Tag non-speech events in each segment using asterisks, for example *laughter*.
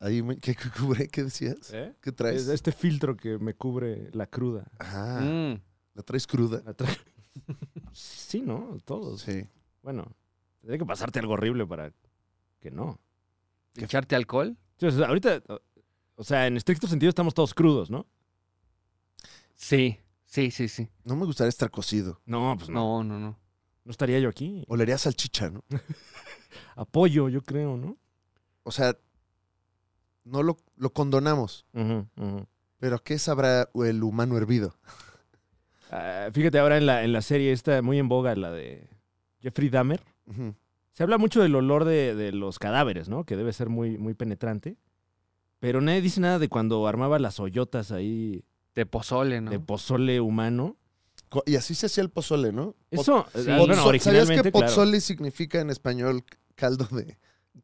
Ahí me- ¿qué, qué cubre? ¿Qué decías? ¿Eh? ¿Qué Es traes? este filtro que me cubre la cruda. Ah, Mm. la traes cruda. La tra- *laughs* sí, ¿no? Todos. Sí. Bueno, tendría que pasarte algo horrible para que no. ¿Echarte alcohol? Entonces, ahorita, o- o sea, en estricto sentido estamos todos crudos, ¿no? Sí, sí, sí, sí. No me gustaría estar cocido. No, pues no. No, no, no. No estaría yo aquí. Olería salchicha, ¿no? Apoyo, yo creo, ¿no? O sea, no lo, lo condonamos. Ujú, ujú. Pero ¿a ¿qué sabrá el humano hervido? Ah, fíjate ahora en la, en la serie esta muy en boga, la de Jeffrey Dahmer. Ujú. Se habla mucho del olor de, de los cadáveres, ¿no? Que debe ser muy, muy penetrante. Pero nadie dice nada de cuando armaba las hoyotas ahí De pozole, ¿no? de pozole humano. Co- Y así se hacía el pozole, ¿no? Eso, Sí. eh, Pot- bueno, pozole- ¿Sabías originalmente, que claro. pozole significa en español caldo de,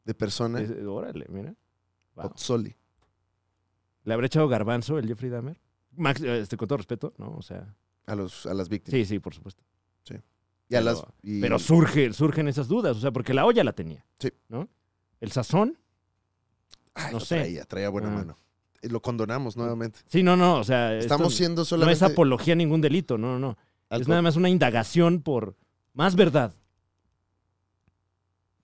de persona? Es- órale, mira. Wow. Pozole. ¿Le habrá echado garbanzo el Jeffrey Dahmer? Max, eh, este, con todo respeto, ¿no? O sea, A, los, a las víctimas. sí, sí, por supuesto. Y a pero- las, y- Pero surge, surgen esas dudas, o sea, porque la olla la tenía. Sí. ¿No? El sazón, Ay, no lo sé. Traía, traía buena Ah. mano. Eh, Lo condonamos nuevamente. sí, no, no, o sea. esto Estamos siendo No es solamente... apología a ningún delito, no, no, no. al Es co- nada más una indagación por más verdad.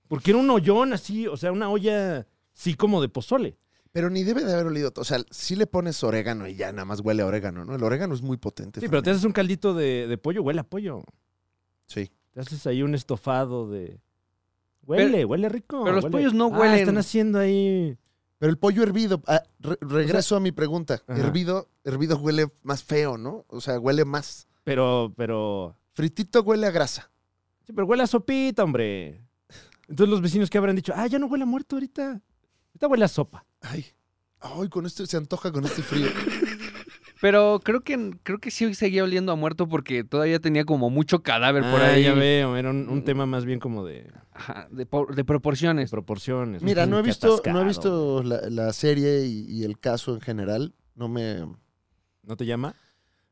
Porque era un hoyón así, o sea, una olla sí como de pozole. Pero ni debe de haber olido. O sea, si le pones orégano y ya nada más huele a orégano, ¿no? El orégano es muy potente. Sí, pero te Fernando. haces un caldito de, de pollo, huele a pollo. Sí. Te haces ahí un estofado de... Huele, huele rico. pero los huele- pollos no Ah, huelen. están haciendo ahí... Pero el pollo hervido, ah, re- regreso a mi pregunta. Ajá. Hervido, hervido huele más feo, ¿no? O sea, huele más. Pero, pero... Fritito huele a grasa. Sí, pero huele a sopita, hombre. Entonces los vecinos que habrán dicho, ah, ya no huele a muerto ahorita. Ahorita huele a sopa. Ay. Ay, con esto se antoja con este *laughs* frío. Pero creo que, creo que sí seguía oliendo a muerto porque todavía tenía como mucho cadáver por Ah, ahí. ya veo, era un, un Mm. tema más bien como de, Ajá, de, por- de de proporciones. proporciones. Mira, Mm, no he qué visto, no atascado. he visto la, la serie y, y el caso en general. No me. ¿No te llama?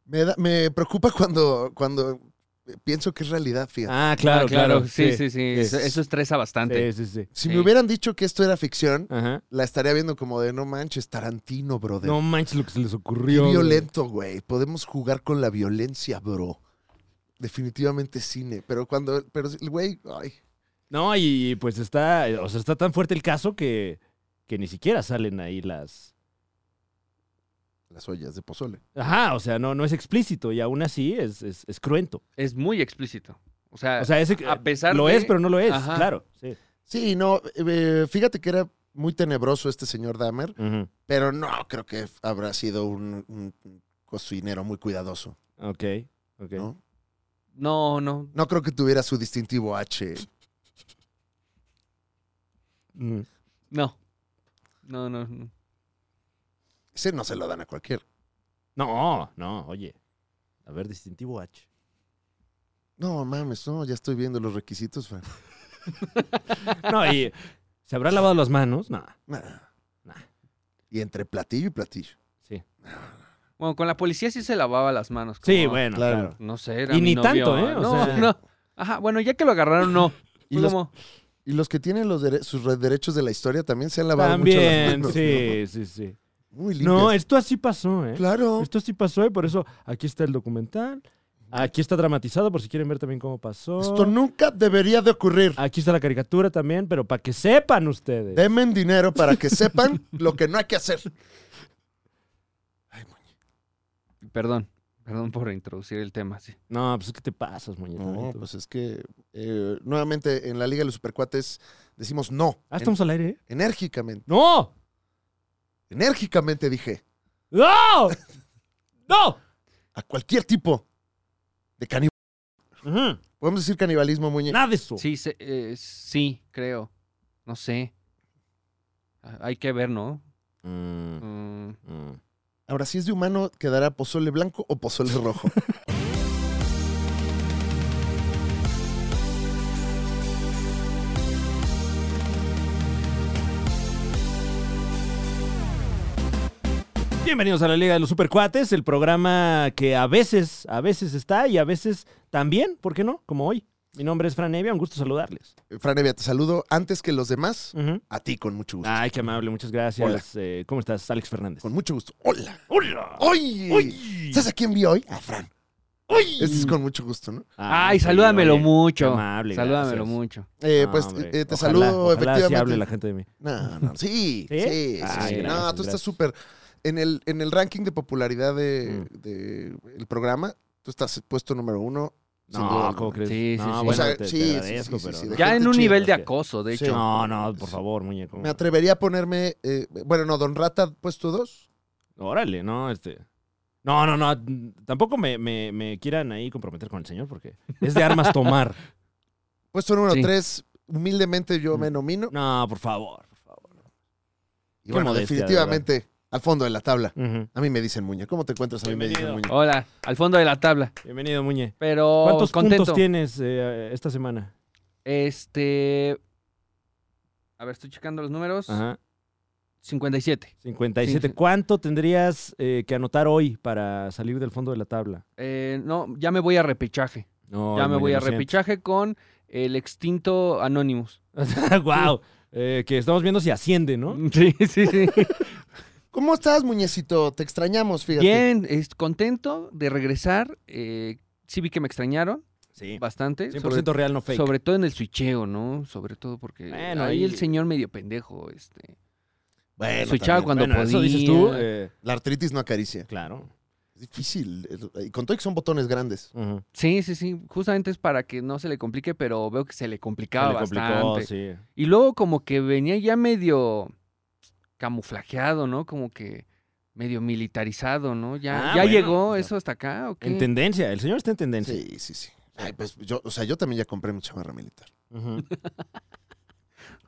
Me, da- me preocupa cuando, cuando pienso que es realidad, fíjate. Ah, Ah, claro, claro. Sí, sí, sí. Eso, sí. eso estresa bastante. Sí, sí, sí. si sí. me hubieran dicho que esto era ficción, Ajá. la estaría viendo como de no manches, Tarantino, brother. No manches lo que se les Qué ocurrió. güey. violento, güey. Podemos jugar con la violencia, bro. Definitivamente cine. Pero cuando. Pero, el güey. Ay. No, y pues está, o sea, está tan fuerte el caso que, que ni siquiera salen ahí las... Las ollas de pozole. Ajá, o sea, no, no es explícito y aún así es, es, es cruento. Es muy explícito. O sea, O sea, ese, a pesar lo de- es, pero no lo es, Ajá. claro. Sí. Sí, no. eh, fíjate que era muy tenebroso este señor Dahmer. Pero no, creo que habrá sido un, un cocinero muy cuidadoso. Ok, ok. ¿no? no, no. No creo que tuviera su distintivo H. Mm. No. No, no, no. Ese no se lo dan a cualquier. No, no, oye. A ver, distintivo H. No mames, no. Ya estoy viendo los requisitos, Fran. No, y ¿se habrá lavado las manos? No, Nah. Nah. Y entre platillo y platillo. sí. Bueno, con la policía sí se lavaba las manos. Sí, como, bueno, claro. claro. No sé, era Y mi ni novio, tanto, ¿eh? ¿eh? O no, sea- no. Ajá, bueno, ya que lo agarraron, no. Y Fue los, como, y los que tienen los dere- sus re- derechos de la historia también se han lavado mucho las También, manos, sí, sí, sí. ¿no? Muy limpias. No, esto así pasó, ¿eh? Claro. Esto sí pasó y por eso aquí está el documental. Aquí está dramatizado por si quieren ver también cómo pasó. Esto nunca debería de ocurrir. Aquí está la caricatura también, pero para que sepan ustedes. Demen dinero para *laughs* que sepan lo que no hay que hacer. Ay, muñe- perdón, perdón por introducir el tema, sí. No, pues ¿qué te pasas, muñeco? No, pues es que eh, nuevamente en la Liga de los Supercuates decimos no. Ah, estamos al aire. ¿eh? En- enérgicamente. ¡No! Enérgicamente dije. ¡No! ¡No! A cualquier tipo de canibalismo. Ujú, Podemos decir canibalismo, muñe. Nada de eso. Sí, se- eh, sí, creo. No sé. Ah, Hay que ver, ¿no? Mm, Mm, mm. Ahora, si es de humano, ¿quedará pozole blanco o pozole *laughs* rojo? Bienvenidos a la Liga de los Supercuates, el programa que a veces, a veces está y a veces también, ¿por qué no? Como hoy. Mi nombre es Fran Evia, un gusto saludarles. Fran Evia, te saludo antes que los demás. Ujú. A ti, con mucho gusto. Ay, qué amable, muchas Hola. gracias. Eh, ¿Cómo estás, Alex Fernández? Con mucho gusto. Hola. ¡Hola! ¡Oye! ¡Oye! ¿Sabes a quién vi hoy? A Fran. ¡Oye! Este es con mucho gusto, ¿no? Ay, Ah, sí, salúdamelo oye, qué mucho. Amable, salúdamelo gracias. mucho. Eh, No, pues hombre, eh, te ojalá- saludo ojalá sí efectivamente. hable la gente de mí. No, *laughs* no, sí, ¿Sí? sí, sí, sí. no, Ay, gracias, tú gracias. estás súper. En el, en el ranking de popularidad de, Mm. de el programa, tú estás puesto número uno. sin duda No, alguna. ¿cómo crees? Sí, sí, no, sí. Bueno, O sea, te, sí, te sí, sí, agradezco, sí, sí, pero... de Ya gente en un chida, nivel de gracias. acoso, de Sí. hecho. No, no, por favor, muñeco. Me atrevería a ponerme. eh, bueno, no, Don Rata puesto dos. Órale, no, este... No, no, no, tampoco me, me, me quieran ahí comprometer con el señor porque es de armas tomar. *laughs* Puesto número Sí. tres, humildemente yo me Mm. nomino. No, por favor, por favor. Y qué bueno, modestia, de definitivamente al fondo de la tabla. Ujú. A mí me dicen Muñe. ¿Cómo te encuentras? A mí me Bienvenido. dicen Muñe. Hola, al fondo de la tabla. Bienvenido, Muñe. Pero ¿Cuántos Oh, contento. puntos tienes eh, esta semana? Este. A ver, estoy checando los números. Ajá. 57. 57. Sí. ¿Cuánto tendrías eh, que anotar hoy para salir del fondo de la tabla? Eh, no, ya me voy a repechaje. No, ya me Muñe, voy a lo siento. repechaje con el extinto Anonymous. *laughs* wow. eh, que estamos viendo si asciende, ¿no? *laughs* Sí, sí, sí. ¿Cómo estás, Muñecito? Te extrañamos, fíjate. Bien, es- contento de regresar. eh, sí vi que me extrañaron Sí. bastante. 100% Sobre, real, no fake. sobre todo en el switcheo, ¿no? Sobre todo porque Bueno, ahí, ahí- el señor medio pendejo, este. Bueno, switchaba también. cuando bueno, podía. eso dices tú. eh, La artritis no acaricia. claro. Es difícil. eh, Y con todo que son botones grandes. Ujú. Sí, sí, sí. Justamente es para que no se le complique, pero veo que se le complicaba Se le complicó, bastante. Eh. sí. Y luego como que venía ya medio camuflajeado, ¿no? Como que medio militarizado, ¿no? Ya, Ah, ya bueno, llegó ya. eso hasta acá, ¿o qué? En tendencia. El señor está en tendencia. Sí, sí, sí. Ay, pues yo, o sea, yo también ya compré mi chamarra militar. Ujú. *laughs*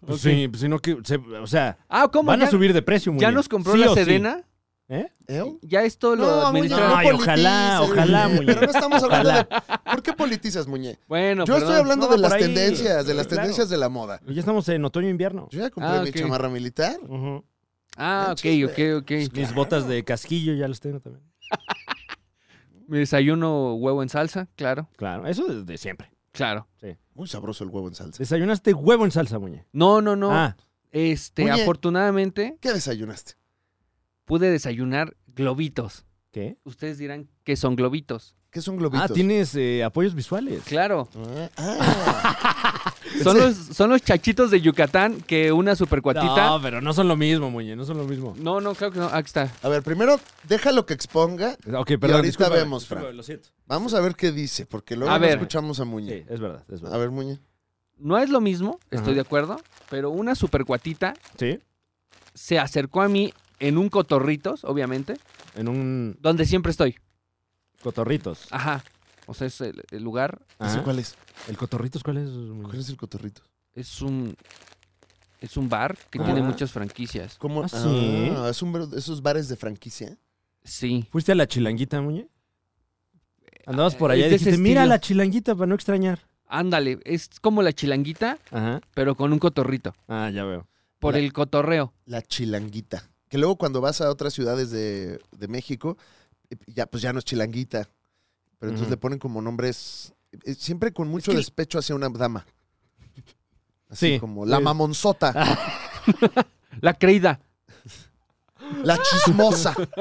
Pues sí, pues sino que. se- o sea, Ah, ¿cómo? van ¿Ya, a subir de precio, Muñe. ya nos compró Sí la o sí. Sedena? ¿Eh? ¿Eh? Ya esto lo Muñe, administra... no. Ay, politices, ojalá, ojalá, Muñe. Muñe. Pero no estamos hablando de... ¿Por qué politizas, Muñe? Bueno, Yo estoy perdón. hablando No, de las por ahí. tendencias, de las Claro. tendencias de la moda. Ya estamos en otoño-invierno. Yo ya compré Ah, mi ok. chamarra militar. Ujú. Ah, ok, Manches, ok, ok. Mis botas de casquillo ya las tengo también. Mi desayuno huevo en salsa, claro, Claro, eso desde siempre. claro. Muy sabroso el huevo en salsa. Desayunaste huevo en salsa, Muñe. No, no, no. Ah, Este, Oye. afortunadamente ¿Qué desayunaste? pude desayunar globitos. ¿qué? Ustedes dirán que son globitos. ¿Qué son globitos? Ah, tienes eh, apoyos visuales. Claro, Ah, ah. son los, son los chachitos de Yucatán que una supercuatita. No, pero no son lo mismo, Muñe, no son lo mismo. No, no, claro que no. Aquí está. A ver, primero déjalo que exponga. Ok, perdón. ahorita discúlpame, vemos, discúlpame, Fran. Lo siento. Vamos a ver qué dice, porque luego A no ver. escuchamos a Muñe. Sí, es verdad, es A verdad. ver, Muñe. No es lo mismo, estoy Ajá. de acuerdo, pero una supercuatita Sí, se acercó a mí en un cotorritos, obviamente, en un donde siempre estoy. cotorritos. Ajá. O sea, es el- el lugar ¿Ese Ajá. cuál es? ¿El cotorritos cuál es? ¿Cuál Muñe? es el cotorrito? es un es un bar que Ajá. tiene muchas franquicias. ¿Cómo? Ah, sí. Ah, es un bar- esos bares de franquicia. Sí. ¿Fuiste a la chilanguita, Muñe? Andabas por eh, allá es y de ese dijiste, mira estilo". la chilanguita para no extrañar. Ándale, es como la chilanguita, Ajá. pero con un cotorrito. Ah, ya veo. Por La- el cotorreo. La chilanguita. Que luego cuando vas a otras ciudades de, de México, eh, ya, pues ya no es chilanguita. Pero entonces Ujú. le ponen como nombres, eh, siempre con mucho que- despecho hacia una dama. Así Sí, como la sí. mamonzota, La creída. la chismosa. *laughs*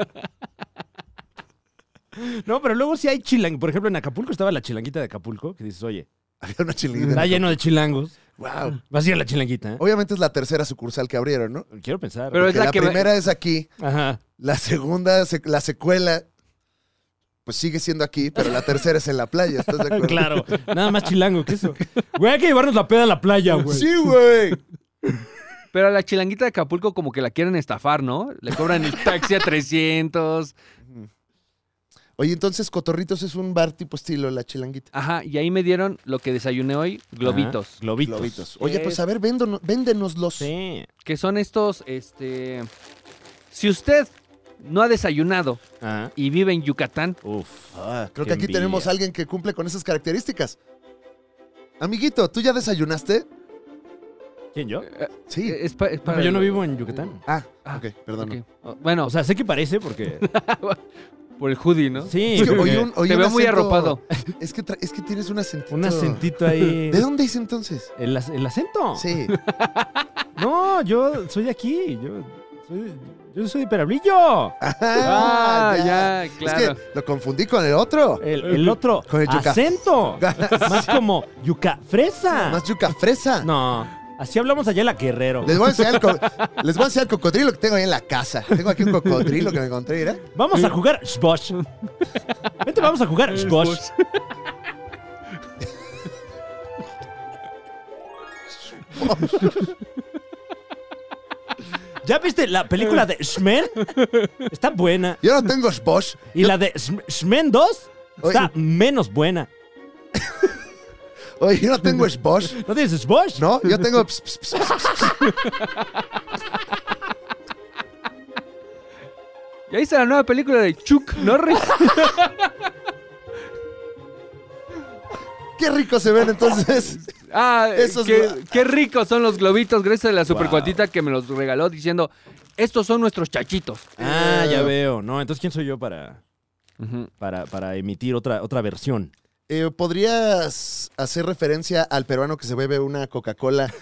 No, pero luego sí hay chilang. Por ejemplo, en Acapulco estaba la chilanguita de Acapulco, que dices, oye, Había una chilanguita. está lleno de chilangos. Wow. Va a ser la chilanguita. ¿eh? Obviamente es la tercera sucursal que abrieron, ¿no? Quiero pensar. Pero es Porque la la que- primera es aquí, Ajá. *laughs* la segunda, se- la secuela, pues sigue siendo aquí, pero la tercera es en la playa, ¿estás de acuerdo? Claro. Nada más chilango que eso. Güey, hay que llevarnos la peda a la playa, güey. Sí, güey. Pero a la chilanguita de Acapulco como que la quieren estafar, ¿no? Le cobran el taxi a 300. Oye, entonces Cotorritos es un bar tipo estilo la chilanguita. Ajá, y ahí me dieron lo que desayuné hoy, globitos. Ajá, globitos. Globitos. Oye, pues Es- a ver, véndonos- véndenoslos. Sí. Que son estos, este... Si usted no ha desayunado Ajá. y vive en Yucatán, Uf. Ah, creo Qué que aquí envidia. tenemos a alguien que cumple con esas características. Amiguito, ¿tú ya desayunaste? ¿Quién yo? Sí. es, pa- es No, para... yo no vivo en Yucatán. ah, Eh, ah, ok, perdón. ok. Bueno, O sea, sé que parece porque. Por el hoodie, ¿no? Sí, Es que porque hoy un- hoy Te un veo muy acento- arropado. Es que, tra- es que tienes un acentito. *laughs* un acentito ahí. ¿De dónde es entonces? El, ac- el acento. Sí. No, yo soy de aquí. Yo soy, yo soy de Perablillo. Ah, ya, Es claro. que lo confundí con el otro. El, el otro Con el yuca. *laughs* acento. Más como yuca fresa. Más yuca fresa. No, así hablamos allá en la Guerrero. Les voy, a enseñar el co- *laughs* les voy a enseñar el cocodrilo que tengo ahí en la casa. Tengo aquí un cocodrilo que me encontré, mira. Vamos a jugar Sbosh. Vente, vamos a jugar Sbosh. ¿Ya viste la película de Shmen? Está buena. Yo no tengo Bosch. Y la de Sm- Shmen 2 está menos buena. Oye, yo no tengo Bosch. ¿No tienes Sbosh? No, yo tengo. Y ahí está la nueva película de Chuck Norris. Qué rico se ven entonces. Ah, eh, Esos qué, glo- qué ricos son los globitos. Gracias a la Wow. supercuatita que me los regaló diciendo, estos son nuestros chachitos. Ah, ya veo. No, entonces ¿quién soy yo para, Ujú. para, para emitir otra, otra versión? Eh, ¿Podrías hacer referencia al peruano que se bebe una Coca-Cola,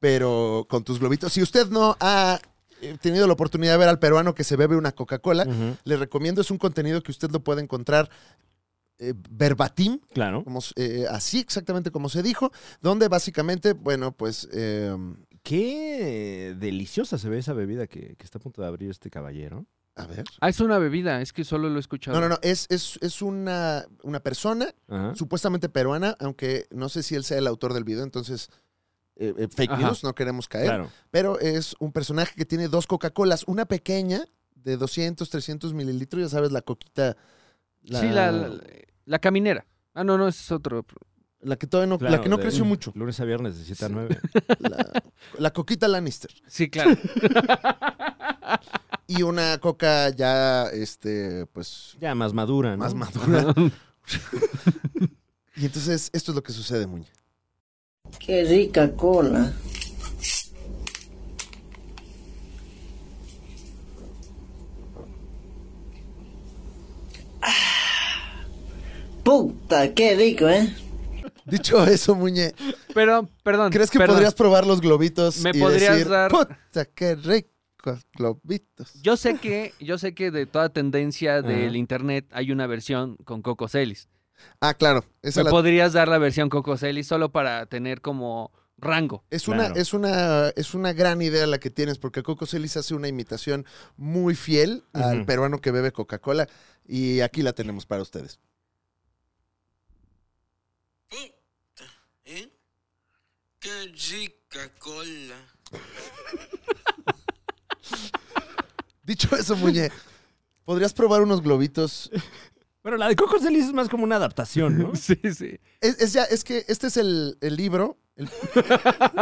pero con tus globitos? Si usted no ha eh, tenido la oportunidad de ver al peruano que se bebe una Coca-Cola, Ujú, le recomiendo, es un contenido que usted lo puede encontrar eh, verbatim, Claro. como, s- eh, así exactamente como se dijo, donde básicamente, bueno, pues eh, Qué deliciosa se ve esa bebida que, que está a punto de abrir este caballero. a ver. Ah, es una bebida, es que solo lo he escuchado. No, no, no, es, es, es una, una persona Ajá. supuestamente peruana, aunque no sé si él sea el autor del video, entonces eh, eh, fake Ajá. news, no queremos caer, Claro. pero es un personaje que tiene dos Coca-Colas, una pequeña de 200, 300 mililitros, ya sabes, la coquita, la, Sí, la, la- la caminera. Ah, no, no, ese es otro. la que todavía no, la Claro, que no de creció *laughs* mucho, Lunes a viernes de 7 a 9. la, la coquita Lannister. Sí, claro. Y una coca ya, este, pues, Ya más madura, ¿no? más madura. *laughs* y entonces esto es lo que sucede, Muñe. Qué rica cola. Ah, Puta, qué rico, ¿eh? *laughs* Dicho eso, Muñe, *laughs* Pero, perdón. ¿Crees que perdón. podrías probar los globitos ¿Me y podrías decir, dar- puta, qué ricos globitos? Yo sé que, yo sé que de toda tendencia del Ajá. internet hay una versión con Coco Celis. Ah, claro. Esa ¿Me la- podrías dar la versión Coco Celis solo para tener como rango? es, Claro. una, es, una, es una gran idea la que tienes, porque Coco Celis hace una imitación muy fiel al Ujú. peruano que bebe Coca-Cola. Y aquí la tenemos para ustedes. Puta, ¿eh? Qué rica cola. *laughs* Dicho eso, Muñe, ¿podrías probar unos globitos? Pero la de Coco Celis es más como una adaptación, ¿no? *laughs* Sí, sí. Es, es ya, es que este es el, el libro. El,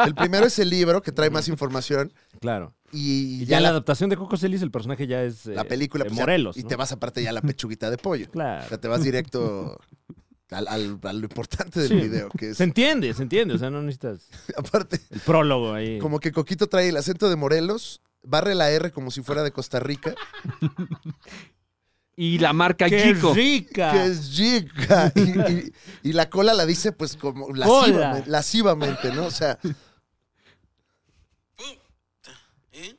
el primero es el libro que trae más información. Claro. Y, Y ya, la, adaptación de Coco Celis, el personaje ya es. eh, la película. de pues ya- Morelos. Y ¿no? te vas aparte ya a la pechuguita de *laughs* pollo. O Claro. sea, te vas directo al, al- a lo importante del *laughs* Sí. video, que es, Se entiende, se entiende. O sea, no necesitas aparte, el prólogo ahí. como que Coquito trae el acento de Morelos, barre la R como si fuera de Costa Rica. Y la marca ¡Qué Gico. rica! ¡Que es chica! Y, y- y la cola la dice pues como Hola. lascivamente, lascivamente, ¿no? O *laughs* sea, Puta, ¿eh?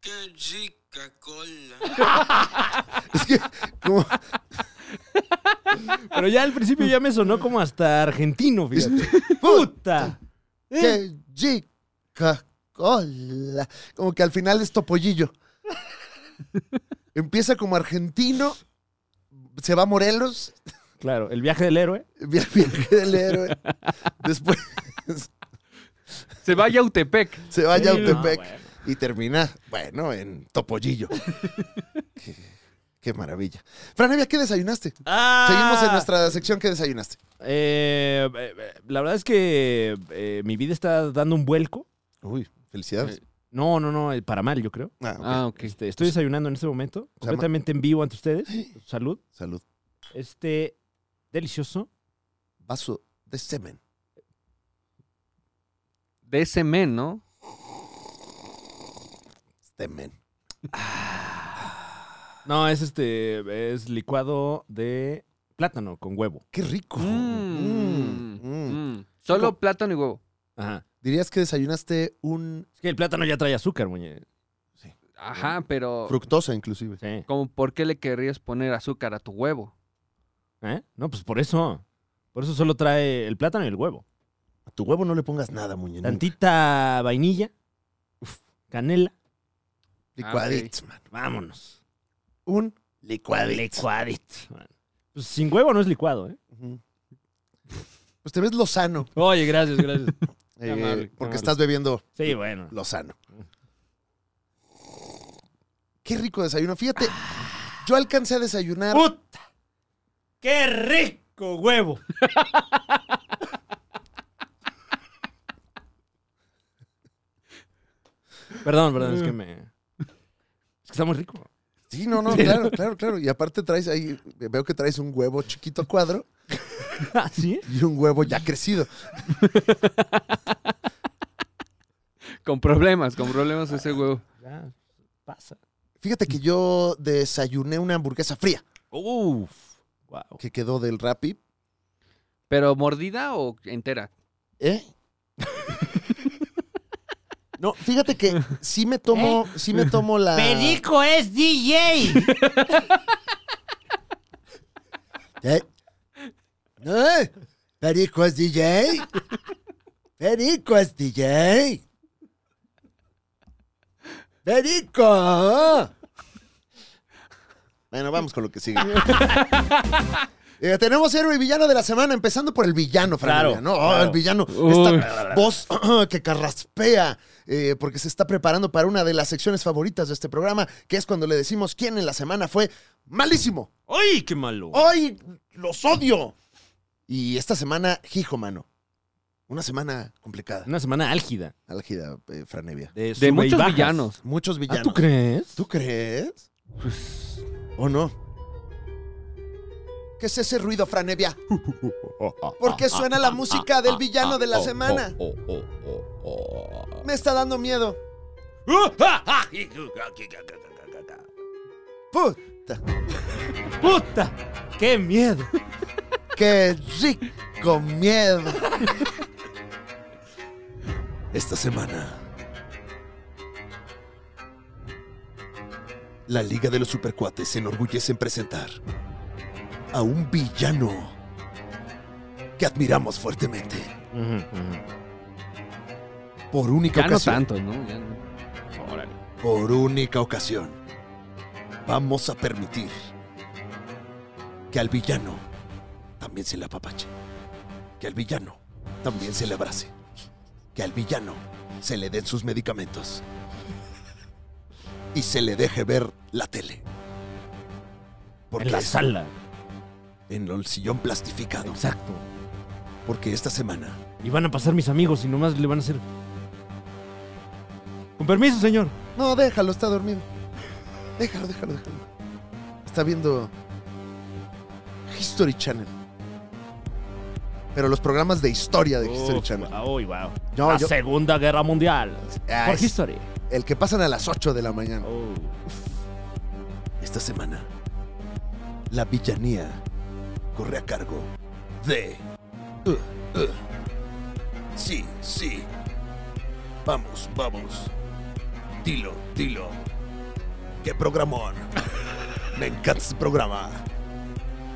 Qué rica cola. *laughs* es que como, Pero ya al principio ya me sonó como hasta argentino, fíjate. *laughs* ¡Puta! ¿Eh? ¡Qué chica! Cola. Como que al final es *laughs* topollillo. Empieza como argentino, se va a Morelos Claro, el viaje del héroe. Vi el viaje del héroe. Después Se va a Yautepec. se va a Yautepec No, bueno. y termina, bueno, en Topollillo. qué, qué maravilla. Franevia, ¿qué desayunaste? Ah. Seguimos en nuestra sección, ¿qué desayunaste? Eh, eh, eh, la verdad es que eh, mi vida está dando un vuelco. Uy, felicidades. No, no, no, eh, para mal, yo creo. Ah, ok. Ah, ok. Este, estoy desayunando en este momento, O sea, ma- completamente en vivo ante ustedes. Salud. Salud. Este, delicioso. Vaso de semen. De ese men, ¿no? Semen. No, es este, es licuado de plátano con huevo. ¡Qué rico! Mm, Mm, mm. mm. Solo plátano y huevo. Ajá. ¿Dirías que desayunaste un Es que el plátano ya trae azúcar, muñe. Ajá, Oh. pero fructosa, inclusive? Sí. como ¿por qué le querrías poner azúcar a tu huevo? ¿Eh? No, pues por eso. Por eso solo trae el plátano y el huevo. A tu huevo no le pongas nada, muñeco. Tantita vainilla, uf, canela. Ah, Licuadito, man. Vámonos. Un licuadito. Licuadito. man. Pues sin huevo no es licuado, ¿eh? Ujú. Pues te ves lozano. Oye, gracias, gracias. eh, amable, qué porque amable. estás bebiendo Sí, bueno. lozano. Qué rico desayuno. Fíjate, yo alcancé a desayunar. ¡Puta! ¡Qué rico huevo! perdón, perdón, es que me. Es que está muy rico. Sí, no, no, claro, claro, claro. Y aparte traes ahí, veo que traes un huevo chiquito cuadro *laughs* ¿Ah, sí? y un huevo ya crecido. *laughs* Con problemas, con problemas ese huevo. Ya, pasa. Fíjate que yo desayuné una hamburguesa fría Uf. Wow. que quedó del Rappi. ¿Pero mordida o entera? ¿Eh? No, fíjate que sí me tomo, sí me tomo la. es DJ! ¿Eh? ¿Eh? ¿Perico es DJ? ¿Perico es DJ? ¡Perico! Bueno, vamos con lo que sigue. Eh, tenemos héroe y villano de la semana, empezando por el villano, Fran. Claro, ¿no? Oh, claro. El villano. Uy. Esta voz *clears throat* que carraspea, eh, porque se está preparando para una de las secciones favoritas de este programa, que es cuando le decimos quién en la semana fue malísimo. *laughs* ¡Ay, qué malo! ¡Ay, los odio! Y esta semana, hijo, mano. Una semana complicada. Una semana álgida. Álgida, eh, Franevia. De, sube De y muchos bajas. villanos. Muchos villanos. Ah, ¿Tú crees? Pues, ¿Tú crees? ¿O no? ¿Qué es ese ruido, Franevia? ¿Por qué suena la música del villano de la semana? Oh, Me está dando miedo. oh. Ah, ¡Puta! ¡Puta! ¡Qué miedo! ¡Qué rico miedo! Esta semana. La Liga de los Supercuates se enorgullece en presentar a un villano que admiramos fuertemente. Por única Ya no ocasión. tanto, ¿no? Ya no. Por única ocasión. Vamos a permitir que al villano también se le apapache. Que al villano también se le abrace. Que al villano se le den sus medicamentos. Y se le deje ver la tele. Porque En la es- sala. En el sillón plastificado. Exacto. Porque esta semana Y van a pasar mis amigos y nomás le van a hacer. Con permiso, señor. No, déjalo, está dormido. Déjalo, déjalo, déjalo. Está viendo History Channel. Pero los programas de historia de History Uf, Channel. ah, uy, wow. No, la yo- Segunda Guerra Mundial. Ah, Por es- History. El que pasan a las 8 de la mañana. Oh. Esta semana, la villanía corre a cargo de... Uh, uh. Sí, sí. Vamos, vamos. Dilo, dilo. ¡Qué programón! Me encanta este programa.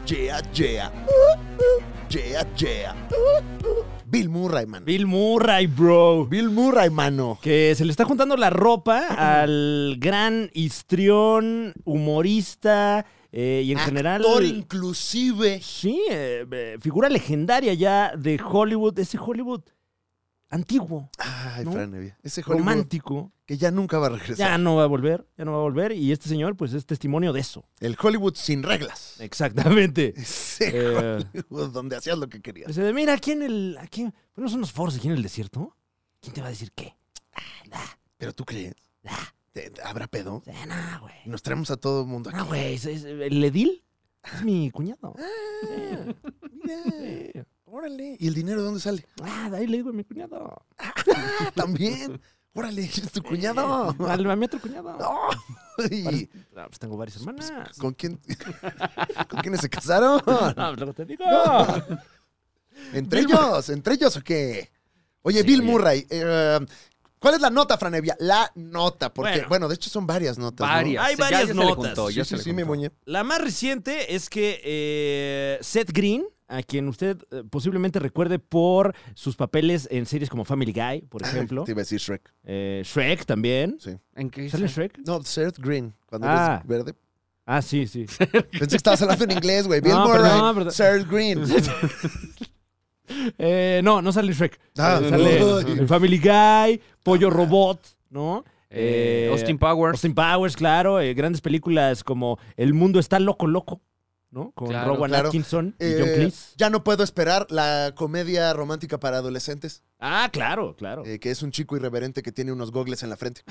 Yeah, yeah. Uh, uh. Yeah, yeah. Uh, uh. Bill Murray, man. Bill Murray, bro. Bill Murray, mano. Que se le está juntando la ropa al gran histrión, humorista eh, y en general. Actor inclusive. Sí, eh, eh, figura legendaria ya de Hollywood, ese Hollywood antiguo, Ay, ¿No? Fran Evia, Ese Hollywood romántico. que ya nunca va a regresar. Ya no va a volver, ya no va a volver. Y este señor, pues, es testimonio de eso. El Hollywood sin reglas. *laughs* Exactamente. Ese Eh, Hollywood donde hacías lo que querías. dice, de, mira, aquí en el. Aquí, ponemos unos foros aquí en el desierto. ¿Quién te va a decir qué? Pero tú crees. ¿Te- te- ¿Habrá pedo? O sea, "Ah, no, güey. Nos traemos a todo el mundo aquí. No, güey. es- es- El Edil es mi cuñado. Ah. Sí. Órale. ¿Y el dinero de dónde sale? Ah, de ahí le digo a mi cuñado. Ah, También. órale, es tu cuñado. Al- A mi otro cuñado. No. Varias- Y- Ah, pues tengo varias hermanas. ¿Con quién? *laughs* ¿Con quiénes se casaron? Ah, pues luego te digo. ¿Entre ellos? ¿Entre ellos o qué? Oye, Sí, Bill oye. Murray, eh, ¿cuál es la nota, Franevia? La nota, porque, bueno, Bueno. de hecho son varias notas. ¿no? Varias. Hay Ya- ya varias se le notas. contó, Sí, ya sí, se le sí, mi contó. muñe. La más reciente es que eh, Seth Green, a quien usted eh, posiblemente recuerde por sus papeles en series como Family Guy, por ejemplo. Te iba a decir Shrek. Eh, Shrek también. Sí. ¿En qué ¿Sale se- Shrek? No, Seth Green, cuando Ah. eres verde. Ah, *laughs* sí, sí. Pensé que estabas hablando en inglés, güey. Bill No, Murray, perdón, perdón. Seth *laughs* Green. Eh, no, no sale Shrek. Ah, Eh, sale uy. en Family Guy, Ah. Pollo Robot, ¿no? Eh, Eh, Austin Powers. Austin Powers, claro. eh, grandes películas como El mundo está loco, loco, ¿no? Con Claro, Rowan claro. Atkinson y John Eh, Cleese. ya no puedo esperar la comedia romántica para adolescentes, Ah, claro, claro. eh, que es un chico irreverente que tiene unos gogles en la frente.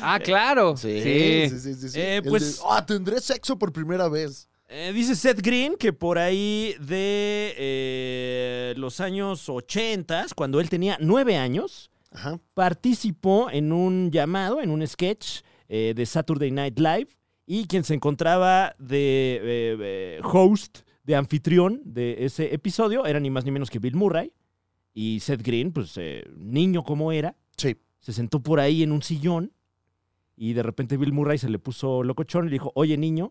Ah, claro. Sí. sí, sí, sí, sí. Eh, El de, pues- Ah, tendré sexo por primera vez. Eh, dice Seth Green que por ahí de eh, los años 80, cuando él tenía nueve años, Ajá. participó en un llamado, en un sketch eh, de Saturday Night Live y quien se encontraba de eh, eh, host, de anfitrión de ese episodio, era ni más ni menos que Bill Murray. Y Seth Green, pues eh, niño como era, Sí. se sentó por ahí en un sillón y de repente Bill Murray se le puso locochón y le dijo, oye niño,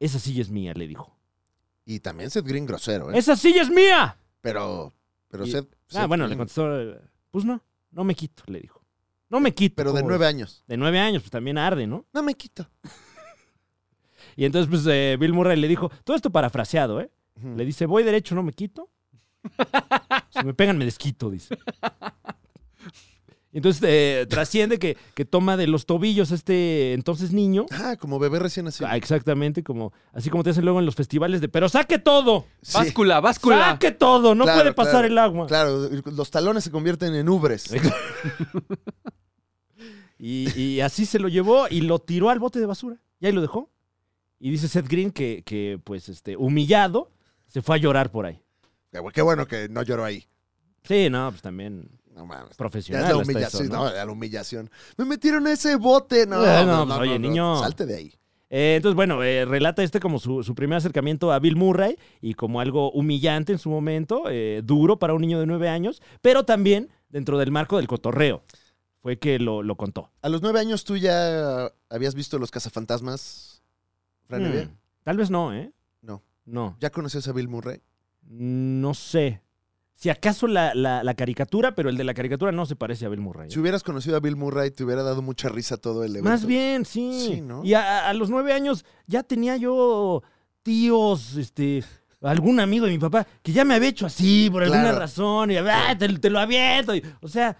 esa silla es mía, le dijo. Y también Seth Green grosero, ¿eh? ¡Esa silla es mía! Pero, pero Y- Seth, Ah, Seth bueno, le Green, contestó, eh, pues no, no me quito, le dijo. No me quito. Pero de ¿cómo nueve ves? años. De nueve años, pues también arde, ¿no? No me quito. Y entonces, pues, eh, Bill Murray le dijo, todo esto parafraseado, ¿eh? Ujú. Le dice, voy derecho, no *laughs* me quito. Si me pegan, me desquito, dice. Y entonces eh, trasciende que, que toma de los tobillos este entonces niño. Ah, como bebé recién nacido. Ah, exactamente, como así como te hacen luego en los festivales de, pero saque todo, Sí, Báscula, báscula. saque todo, no Claro, puede pasar claro. el agua. Claro, los talones se convierten en ubres. Y, y así se lo llevó y lo tiró al bote de basura. Y ahí lo dejó. Y dice Seth Green que, que, pues, este, humillado, se fue a llorar por ahí. Qué bu- Qué bueno que no lloró ahí. Sí, no, pues también No mames. Ya profesional. es la hasta eso, humillación. ¿no? No, la humillación. Me metieron a ese bote. No, Eh, no, pues, oye, niño. Salte de ahí. Eh, entonces, bueno, eh, relata este como su, su primer acercamiento a Bill Murray y como algo humillante en su momento, eh, duro para un niño de nueve años, pero también dentro del marco del cotorreo. Fue que lo, lo contó. A los nueve años tú ya habías visto los cazafantasmas, Fran Evia? Hmm, Tal vez no, ¿eh? No. No. ¿Ya conocías a Bill Murray? No sé. Si acaso la, la- la caricatura, pero el de la caricatura no se parece a Bill Murray. ¿eh? Si hubieras conocido a Bill Murray, te hubiera dado mucha risa todo el evento. Más bien, sí. Sí, ¿no? Y a, a- a los nueve años ya tenía yo tíos, este, algún amigo de mi papá que ya me había hecho así por alguna Claro. razón. Y "Ah, te, te lo aviento. y- o sea,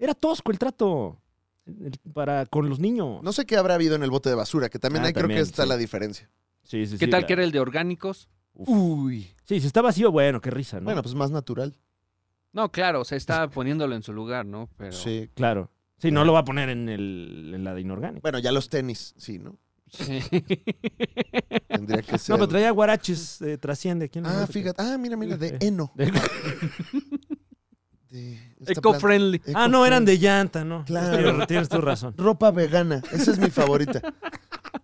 era tosco el trato el- para con los niños. No sé qué habrá habido en el bote de basura, que también Ah, ahí creo también, que está sí. la diferencia. Sí, sí, ¿Qué sí, tal la- que era el de orgánicos? Uf. Uy. Sí, si está vacío, bueno, qué risa, ¿no? Bueno, pues más natural. No, claro, o sea, está poniéndolo en su lugar, ¿no? Pero Sí. claro. Sí, no lo va a poner en, el, en la de inorgánico. Bueno, ya los tenis, sí, ¿no? *laughs* Sí. Tendría que *laughs* No, ser. pero traía guaraches, eh, trasciende aquí en la Ah, nota que- fíjate. Ah, mira, mira, de Sí. heno. De- De esta planta. Eco-friendly. *laughs* Ah, no, eran de llanta, ¿no? Este, Claro. Tienes tu razón. Ropa vegana. Esa es mi favorita.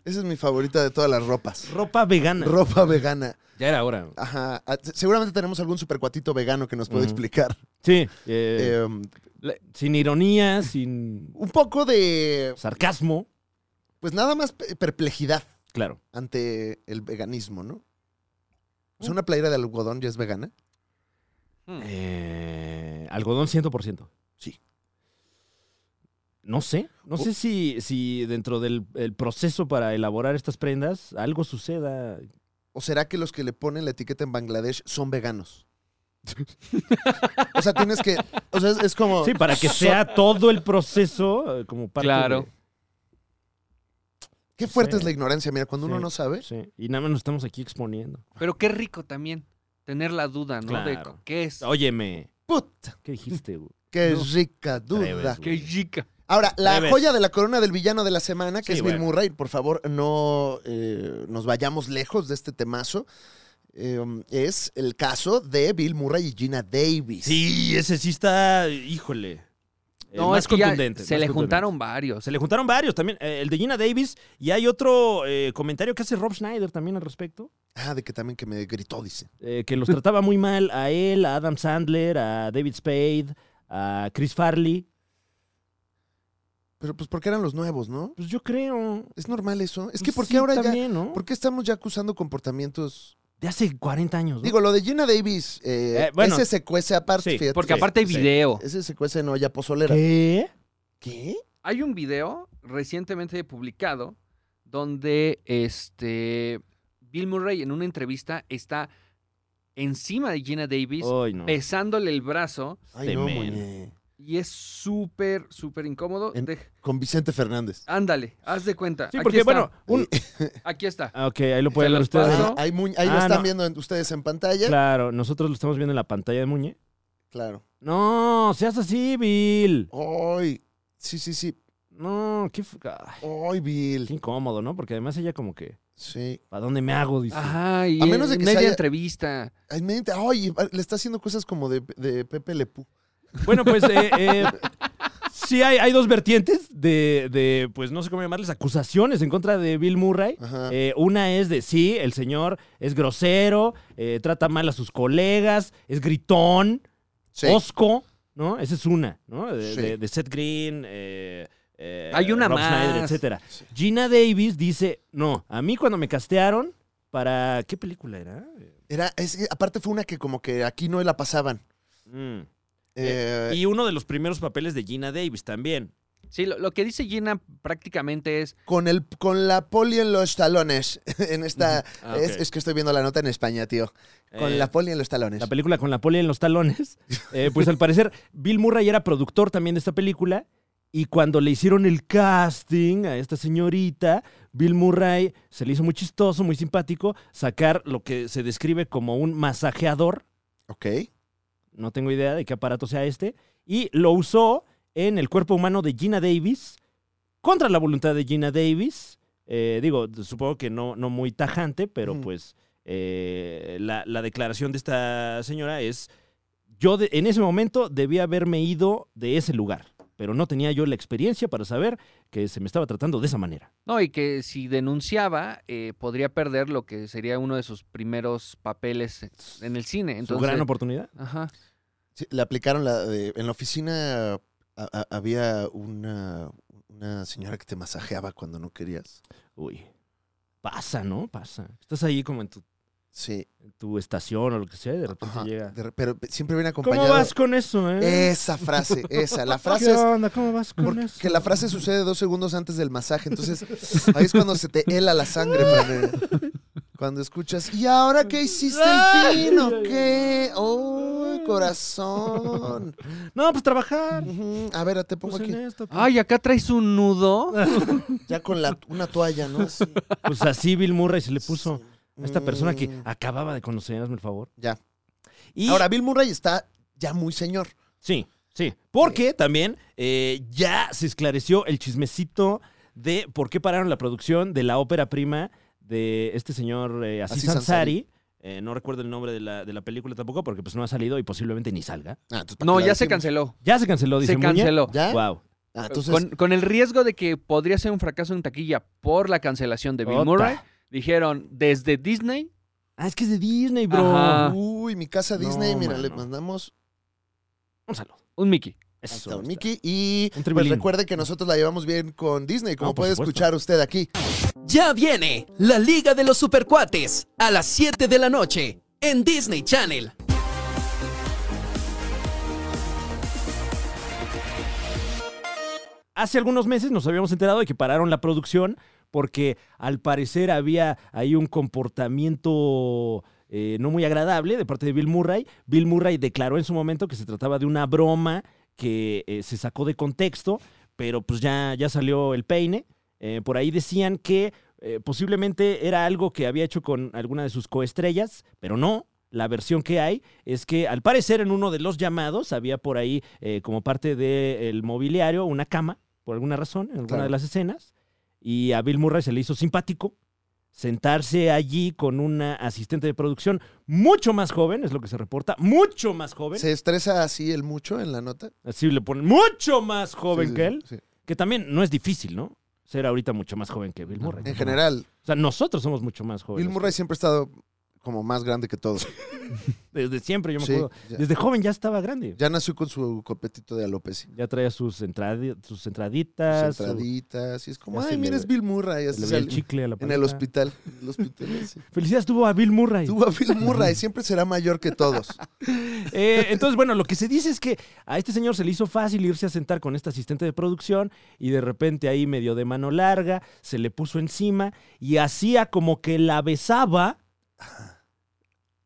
Esa es mi favorita de todas las ropas. Ropa vegana. Ropa vegana. ya era hora. Ajá. Ah, se- Seguramente tenemos algún supercuatito vegano que nos puede Ujú. explicar. Sí. eh, Em, Sin ironía, sin un poco de, sarcasmo. pues nada más pe- perplejidad Claro. ante el veganismo, ¿no? Mm. O sea, una playera de algodón ya es vegana. Hmm. Eh, algodón 100%. Sí. No sé. No sé si, si dentro del el proceso para elaborar estas prendas algo suceda. ¿O será que los que le ponen la etiqueta en Bangladesh son veganos? o sea, tienes que. O sea, es, es como. Sí, para que sea todo el proceso eh, como parte Claro. Qué fuerte Sí. es la ignorancia. Mira, cuando uno Sí. no de- sabe. sí, Y nada más nos estamos aquí exponiendo. Pero qué rico también tener la duda, ¿no? De Claro. qué es. Óyeme. ¡Puta! ¿Qué dijiste? güey? ¡Qué No. rica duda! Atreves, Qué chica. Ahora, la Atreves. joya de la corona del villano de la semana, que Sí, es Bill bueno. Murray, por favor, no eh, nos vayamos lejos de este temazo. eh, es el caso de Bill Murray y Gina Davis. Sí, ese sí está, híjole. eh, No, más es que ya contundente, se más le contundente. juntaron varios. Se le juntaron varios también. eh, el de Gina Davis. Y hay otro eh, comentario que hace Rob Schneider también al respecto. Ah, de que también que me gritó, dice. eh, *laughs* que los trataba muy mal a él, a Adam Sandler, a David Spade, a Chris Farley. Pero pues porque eran los nuevos, ¿no? Pues yo creo. Es normal eso. Es que Pues ¿por qué sí, ahora también, ya... ¿no? ¿Por qué estamos ya acusando comportamientos? De hace 40 años. ¿no? Digo, lo de Gina Davis, eh, Eh, bueno. ese se cuece aparte, Sí, fíjate. Porque Sí, aparte hay sí. video. Ese se cuece en olla pozolera. ¿Qué? ¿Qué? Hay un video recientemente publicado donde este Bill Murray en una entrevista está encima de Gina Davis Ay, no. pesándole el brazo Ay, Este no, men. Muñe. y es súper, súper incómodo. En- Dej- Con Vicente Fernández. Ándale, haz de cuenta. Sí, Aquí porque está, bueno, un... Aquí está. Ah, ok, ahí lo pueden ver los ustedes. ¿no? paso. Ahí, Muñe- ahí lo Ah, están no. viendo en- ustedes en pantalla. Claro. Claro, nosotros lo estamos viendo en la pantalla de Muñe. No, seas así, Bill. Ay, sí, sí, sí. No, qué, f- ay, Ay, qué Bill. incómodo, ¿no? Porque además ella como que, Sí. ¿para dónde me hago? Dice. Ajá, y A menos de en que se media haya- entrevista. Ay, mente- ay, ah, le está haciendo cosas como de, de Pepe Lepú. Bueno, pues eh, eh, sí hay, hay dos vertientes de, de, pues no sé cómo llamarles, acusaciones en contra de Bill Murray. Ajá. Eh, una es de sí, el señor es grosero, eh, trata mal a sus colegas, es gritón, Sí. osco, ¿no? Esa es una, ¿no? De, Sí. de- de Seth Green, eh, eh, Hay una Rob Schneider, más. etcétera. Sí. Gina Davis dice, no, a mí cuando me castearon para... ¿Qué película era? Era, es que aparte fue una que como que aquí no la pasaban. Mm. Eh, Y uno de los primeros papeles de Gina Davis también. Sí, lo, lo que dice Gina prácticamente es, con, el, con la poli en los talones. *laughs* en esta, Ah, es, ok. es que estoy viendo la nota en España, tío. Con Eh, la poli en los talones. La película con la poli en los talones. Eh, pues al parecer, Bill Murray era productor también de esta película. Y cuando le hicieron el casting a esta señorita, Bill Murray se le hizo muy chistoso, muy simpático, sacar lo que se describe como un masajeador. ok. No tengo idea de qué aparato sea este. Y lo usó en el cuerpo humano de Gina Davis, contra la voluntad de Gina Davis. Eh, digo, supongo que no, no muy tajante, pero Ujú. pues eh, la, la declaración de esta señora es, yo de- en ese momento debía haberme ido de ese lugar, pero no tenía yo la experiencia para saber que se me estaba tratando de esa manera. no, y que si denunciaba eh, podría perder lo que sería uno de sus primeros papeles en el cine. Su Entonces, gran oportunidad. Ajá. Sí, le aplicaron la de- en la oficina a- a- había una, una señora que te masajeaba cuando no querías. Uy, pasa, ¿no? Pasa. Estás ahí como en tu, Sí. en tu estación o lo que sea y de repente Ajá. llega... De re- pero siempre viene acompañado. ¿Cómo vas con eso, eh? Esa frase, esa. *laughs* La frase ¿Qué es- onda? ¿Cómo vas con Porque eso? que la frase sucede dos segundos antes del masaje, entonces ahí es cuando se te hela la sangre, *laughs* Fran, eh. Cuando escuchas, ¿y ahora qué hiciste el fin o qué? ¡Oh, corazón! No, pues trabajar. Ujú, A ver, te pongo Pues, aquí. en esto, pues. *laughs* Ay, acá traes un nudo. Ya con la, una toalla, *laughs* ¿no? Así. Pues así Bill Murray se le puso a esta persona que Mm, acababa de conocer, hazme el favor. Ya. Y, Ahora, Bill Murray está ya muy señor. sí, sí. Porque también eh, ya se esclareció el chismecito de por qué pararon la producción de la ópera prima de este señor eh, Aziz Aziz Ansari. Eh, no recuerdo el nombre de la, de la película tampoco porque pues no ha salido y posiblemente ni salga. Ah, entonces, ¿para No, qué la ya se decimos? canceló. Ya se canceló, dice Se canceló. ¿eh? ¿Ya? Wow. Ah, entonces, con, con el riesgo de que podría ser un fracaso en taquilla por la cancelación de Bill Murray, dijeron desde Disney, Ah, es que es de Disney, bro. Ajá. uy, mi casa Disney, No, mira, le mano. mandamos Un saludo. un Mickey. Ahí Eso, está, está. Mickey. Y Un pues, tribilín. recuerde que nosotros la llevamos bien con Disney, como No, por puede supuesto. escuchar usted aquí. Ya viene la Liga de los Supercuates a las 7 de la noche en Disney Channel. Hace algunos meses nos habíamos enterado de que pararon la producción porque al parecer había ahí un comportamiento eh, no muy agradable de parte de Bill Murray. Bill Murray declaró en su momento que se trataba de una broma que eh, se sacó de contexto, pero pues ya, ya salió el peine. Eh, por ahí decían que eh, posiblemente era algo que había hecho con alguna de sus coestrellas, pero no. La versión que hay es que al parecer en uno de los llamados había por ahí eh, como parte del mobiliario una cama, por alguna razón, en alguna Claro. de las escenas, y a Bill Murray se le hizo simpático, sentarse allí con una asistente de producción mucho más joven, es lo que se reporta, mucho más joven. ¿Se estresa así el mucho en la nota? Así le ponen, mucho más joven Sí, sí, que él. sí. Que también no es difícil, ¿no? Ser ahorita mucho más joven que Bill Murray. En general, O sea, nosotros somos mucho más jóvenes. Bill Murray siempre ha estado como más grande que todos. Desde siempre, yo me Sí, acuerdo. ya. Desde joven ya estaba grande. Ya nació con su copetito de alopecia. Ya traía sus, entradi- sus entraditas. Ah, su- Centraditas. Y es como, Ya ay, se mira, le- es Bill Murray. así le sale veía el chicle a la en paleta. el hospital. En el *laughs* hospital, así. Felicidades tuvo a Bill Murray. Tú a Bill Murray siempre será mayor que todos. Eh, entonces, bueno, lo que se dice es que a este señor se le hizo fácil irse a sentar con esta asistente de producción y de repente ahí medio de mano larga, se le puso encima y hacía como que la besaba.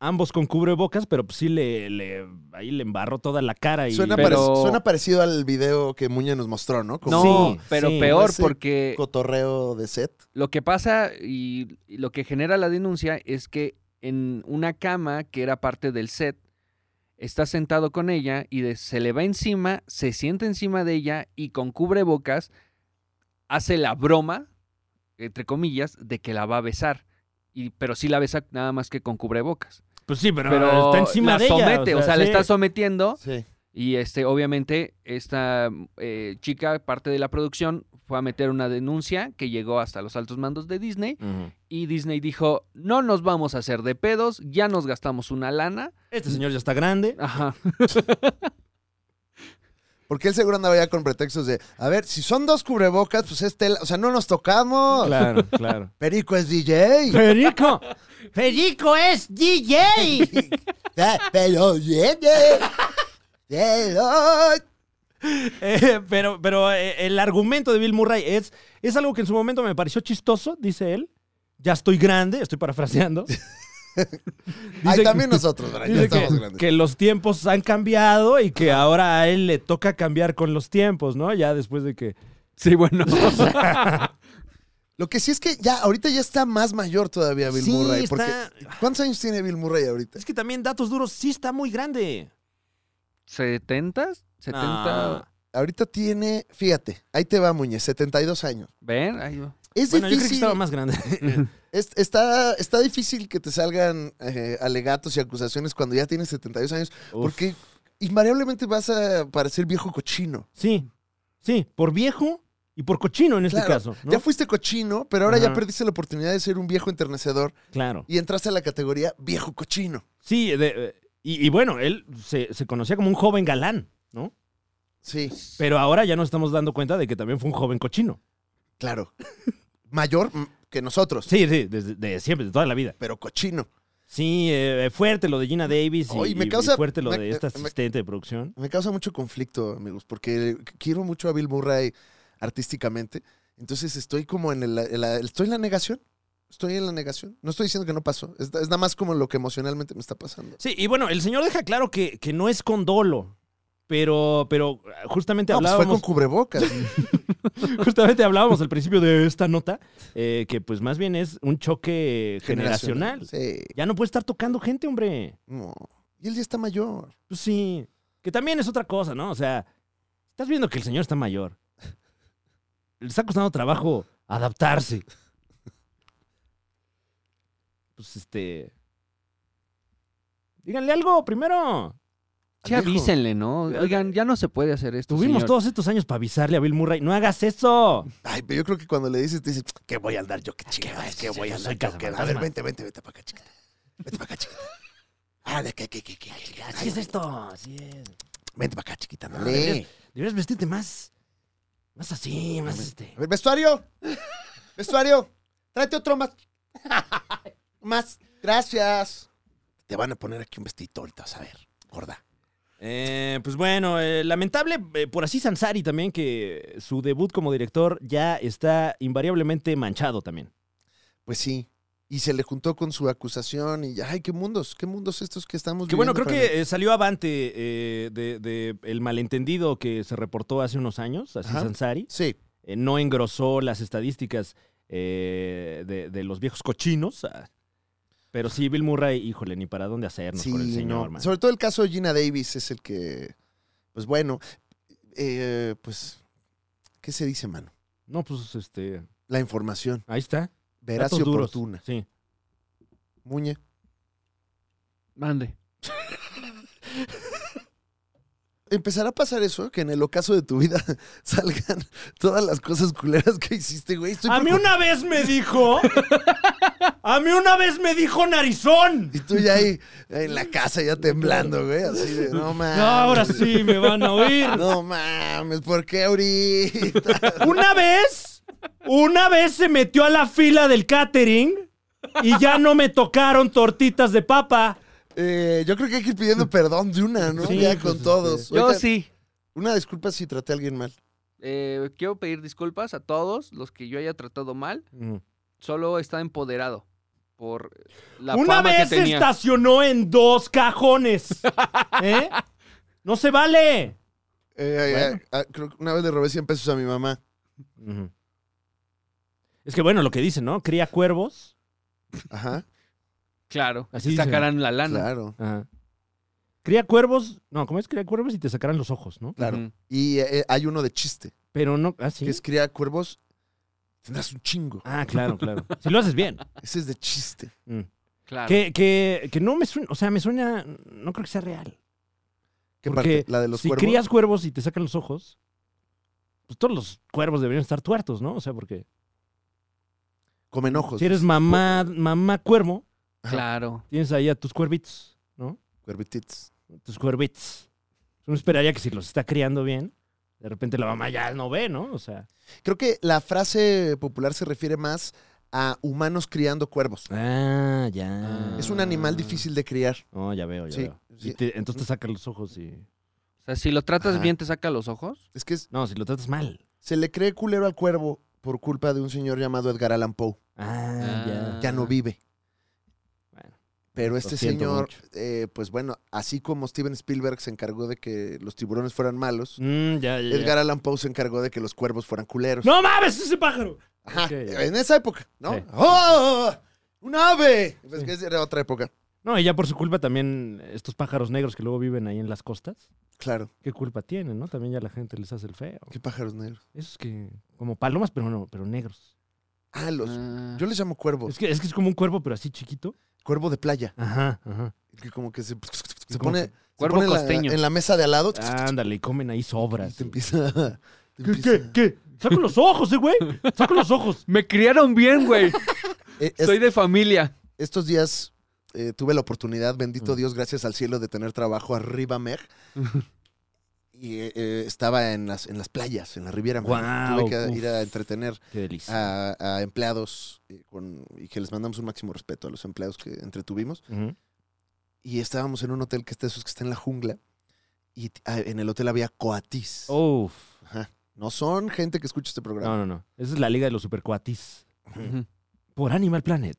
Ambos con cubrebocas, pero pues sí le, le- ahí le embarró toda la cara y Suena, Pero- parec- suena parecido al video que Muña nos mostró, ¿no? Como un No, Sí, pero sí. peor Ese porque cotorreo de set. lo que pasa y y lo que genera la denuncia es que en una cama que era parte del set, está sentado con ella y de- se le va encima, se sienta encima de ella y con cubrebocas hace la broma, entre comillas, de que la va a besar. Y, pero sí la besa nada más que con cubrebocas. Pues sí, pero, Pero está encima la de ella. somete, o sea, la sí. está sometiendo. Sí. Y este, obviamente, esta eh, chica, parte de la producción, fue a meter una denuncia que llegó hasta los altos mandos de Disney. Ujú. Y Disney dijo: No nos vamos a hacer de pedos, ya nos gastamos una lana. Este señor ya está grande. Ajá. *laughs* Porque él seguro andaba ya con pretextos de, a ver, si son dos cubrebocas, pues es tela. O sea, no nos tocamos. Claro, *laughs* claro. Perico es DJ. Perico, Perico es DJ. *laughs* Ah, Pero viene. Pero- Eh, pero pero eh, el argumento de Bill Murray es, es algo que en su momento me pareció chistoso, dice él. Ya estoy grande, estoy parafraseando. Ay, Dice- también nosotros, Brian, ya Dice estamos que, grandes. que los tiempos han cambiado y que ahora a él le toca cambiar con los tiempos, ¿no? Ya después de que... Sí, bueno. Lo que sí es que ya, ahorita ya está más mayor todavía Bill Sí, Murray. Porque, está- ¿Cuántos años tiene Bill Murray ahorita? Es que también datos duros sí está muy grande. Ah. ¿70? ¿70? No. Ah. Ahorita tiene, fíjate, ahí te va Muñez, 72 años. ¿Ven? Ahí va. Es Bueno, yo creo que difícil. estaba *laughs* más grande. es- está, está difícil que te salgan eh, alegatos y acusaciones cuando ya tienes 72 años, Uf. porque invariablemente vas a parecer viejo cochino. Sí, sí, por viejo y por cochino en este Claro, caso. ¿no? Ya fuiste cochino, pero ahora ya Ajá. perdiste la oportunidad de ser un viejo enternecedor Claro. y entraste a la categoría viejo cochino. Sí, de- eh, y, y bueno, él se, se conocía como un joven galán, ¿no? Sí, Pero ahora ya nos estamos dando cuenta de que también fue un joven cochino. *laughs* claro. Mayor mm, que nosotros, Sí, sí, desde de siempre, de toda la vida. pero cochino. Sí, eh, fuerte lo de Gina Davis y, Oye, me y- y causa- fuerte lo me- de esta me- asistente de producción. Me causa mucho conflicto, amigos, porque quiero mucho a Bill Murray artísticamente. Entonces estoy como en el- en la, estoy en la negación. Estoy en la negación. No estoy diciendo que no pasó. Es, es nada más como lo que emocionalmente me está pasando. Sí, y bueno, el señor deja claro que, que no es con dolo. Pero, pero ah, justamente No, pues fue con hablábamos, cubrebocas. *laughs* justamente hablábamos *laughs* al principio de esta nota, eh, que pues más bien es un choque *laughs* generacional. Sí. Ya no puede estar tocando gente, hombre. no. Y él ya está mayor. Pues sí. Que también es otra cosa, ¿no? O sea, estás viendo que el señor está mayor. *laughs* Le está costando trabajo adaptarse. Pues este. Díganle algo primero. Sí, Alejo. avísenle, ¿no? Oigan, ya no se puede hacer esto. Tuvimos señor. todos estos años para avisarle a Bill Murray. ¡No hagas eso! Ay, pero yo creo que cuando le dices, te dices, ¿qué voy a andar yo? ¿Qué chingadas? ¿Qué voy a Yo soy andar yo? ¿Qué? A ver, cazafantasmas. vente, vente, vente para acá, chiquita. Vente para acá, chiquita. Ah, de qué, qué, qué, qué, qué, qué. Así es esto. Así es. Vente para acá, chiquita. No, ándale. deberías, deberías vestirte más. Más así, más este. A ver, vestuario. Vestuario. Tráete otro más. Más. Gracias. Te van a poner aquí un vestidito ahorita, vas a ver. Gorda. Eh, pues bueno, eh, lamentable eh, por así Sansari también, que su debut como director ya está invariablemente manchado también. Pues sí. Y se le juntó con su acusación y ay, qué mundos, qué mundos estos que estamos Que bueno, creo viviendo, Fran. que eh, salió avante eh, de, de el malentendido que se reportó hace unos años, así Ajá. Sansari. Sí, Eh, no engrosó las estadísticas eh, de, de los viejos cochinos. ah. Pero sí, Bill Murray, híjole, ni para dónde hacernos sí. por el no. señor, man. Sobre todo el caso de Gina Davis es el que, pues bueno, eh, pues, ¿qué se dice, mano? No, pues este. La información. Ahí está. Veraz y Datos duros. oportuna. Sí. Muñe. Mande. ¿Empezará a pasar eso? Que en el ocaso de tu vida *laughs* salgan todas las cosas culeras que hiciste, güey. Estoy A mí preocup- una vez me dijo. A mí una vez me dijo narizón. Y tú ya ahí en la casa ya temblando, güey. Así de, no mames. *laughs* No, ahora sí me van a oír. *laughs* No mames, ¿por qué ahorita? *laughs* Una vez, una vez se metió a la fila del catering y ya no me tocaron tortitas de papa. Eh, yo creo que hay que ir pidiendo perdón de una, ¿no? Sí, ya pues, con este, todos. Yo Oigan, sí. Una disculpa si traté a alguien mal. eh, quiero pedir disculpas a todos los que yo haya tratado mal. Mm. Solo está empoderado por la una fama que vez se tenía. estacionó en dos *laughs* cajones. ¿Eh? No se vale. Eh, Bueno. ah, ah, creo que una vez le robé 100 pesos a mi mamá. Es que bueno, lo que dicen, ¿no? Cría cuervos. Ajá, Claro, Así así dicen. sacarán la lana. claro. Cría cuervos. No, ¿cómo es? Cría cuervos y te sacarán los ojos, ¿no? Claro. Ujú. Y eh, hay uno de chiste, Pero no. Ah, sí. que es cría cuervos, tendrás un chingo. Ah, claro, claro. *laughs* Si lo haces bien. Ese es de chiste. Mm. Claro. Que, que, que no me suena, o sea, me suena, no creo que sea real. ¿Qué Porque parte? ¿La de los si cuervos? crías cuervos y te sacan los ojos, pues todos los cuervos deberían estar tuertos, ¿no? O sea, porque Comen ojos. si eres mamá, mamá cuervo, Ajá. Claro. tienes ahí a tus cuervitos, ¿no? Cuervititos. Tus cuervitos. Uno esperaría que si los está criando bien, de repente la mamá ya no ve, ¿no? O sea. Creo que la frase popular se refiere más a humanos criando cuervos. Ah, ya. Es un Ah. animal difícil de criar. No, ya veo, ya Sí, veo. sí. Y te- entonces te sacan los ojos y. O sea, si lo tratas Ajá. bien, te saca los ojos. Es que es- No, si lo tratas mal. se le cree culero al cuervo por culpa de un señor llamado Edgar Allan Poe. Ah, ya. Ah. Ya no vive. Bueno. Pero Lo este siento señor, mucho. eh, pues bueno, así como Steven Spielberg se encargó de que los tiburones fueran malos, Mm, ya, ya, ya. Edgar Allan Poe se encargó de que los cuervos fueran culeros. ¡No mames ese pájaro! Ajá, Ok. en esa época, ¿no? Sí. ¡Oh! ¡Un ave! Pues que era otra época. No, y ya por su culpa también estos pájaros negros que luego viven ahí en las costas. Claro, ¿Qué culpa tienen, no? También ya la gente les hace el feo. qué pájaros negros. Esos que... Como palomas, pero no, pero negros. Ah, los. Ah. Yo les llamo Es cuervos. que, es que es como un cuervo, pero así chiquito. Cuervo de playa. Ajá, ajá. Que como que se, se como pone. que- se Cuervo pone en la- costeño. en la mesa de al lado. Ándale, y comen ahí Y sobras. te empieza. te ¿Qué, empieza- qué, qué? ¡Saco los ojos, eh, güey! ¡Saco los ojos! Me criaron bien, güey. Eh, *laughs* es- Soy de familia. Estos días eh, tuve la oportunidad, bendito Dios, gracias al cielo, de tener trabajo arriba, *laughs* Meg. Y eh, eh, estaba en las, en las playas, en la Riviera. Meg. Guau, Tuve que uf. ir a entretener *laughs* ¡Qué delicia! a, a empleados eh, con- y que les mandamos un máximo respeto a los empleados que entretuvimos. Ujú. Y estábamos en un hotel que está, esos que está en la jungla. Y t- ah, en el hotel había coatis. Oh. Uf. Ajá. No son gente que escucha este programa. No, no, no. Esa es la liga de los supercuatis. Ujú. Por Animal Planet.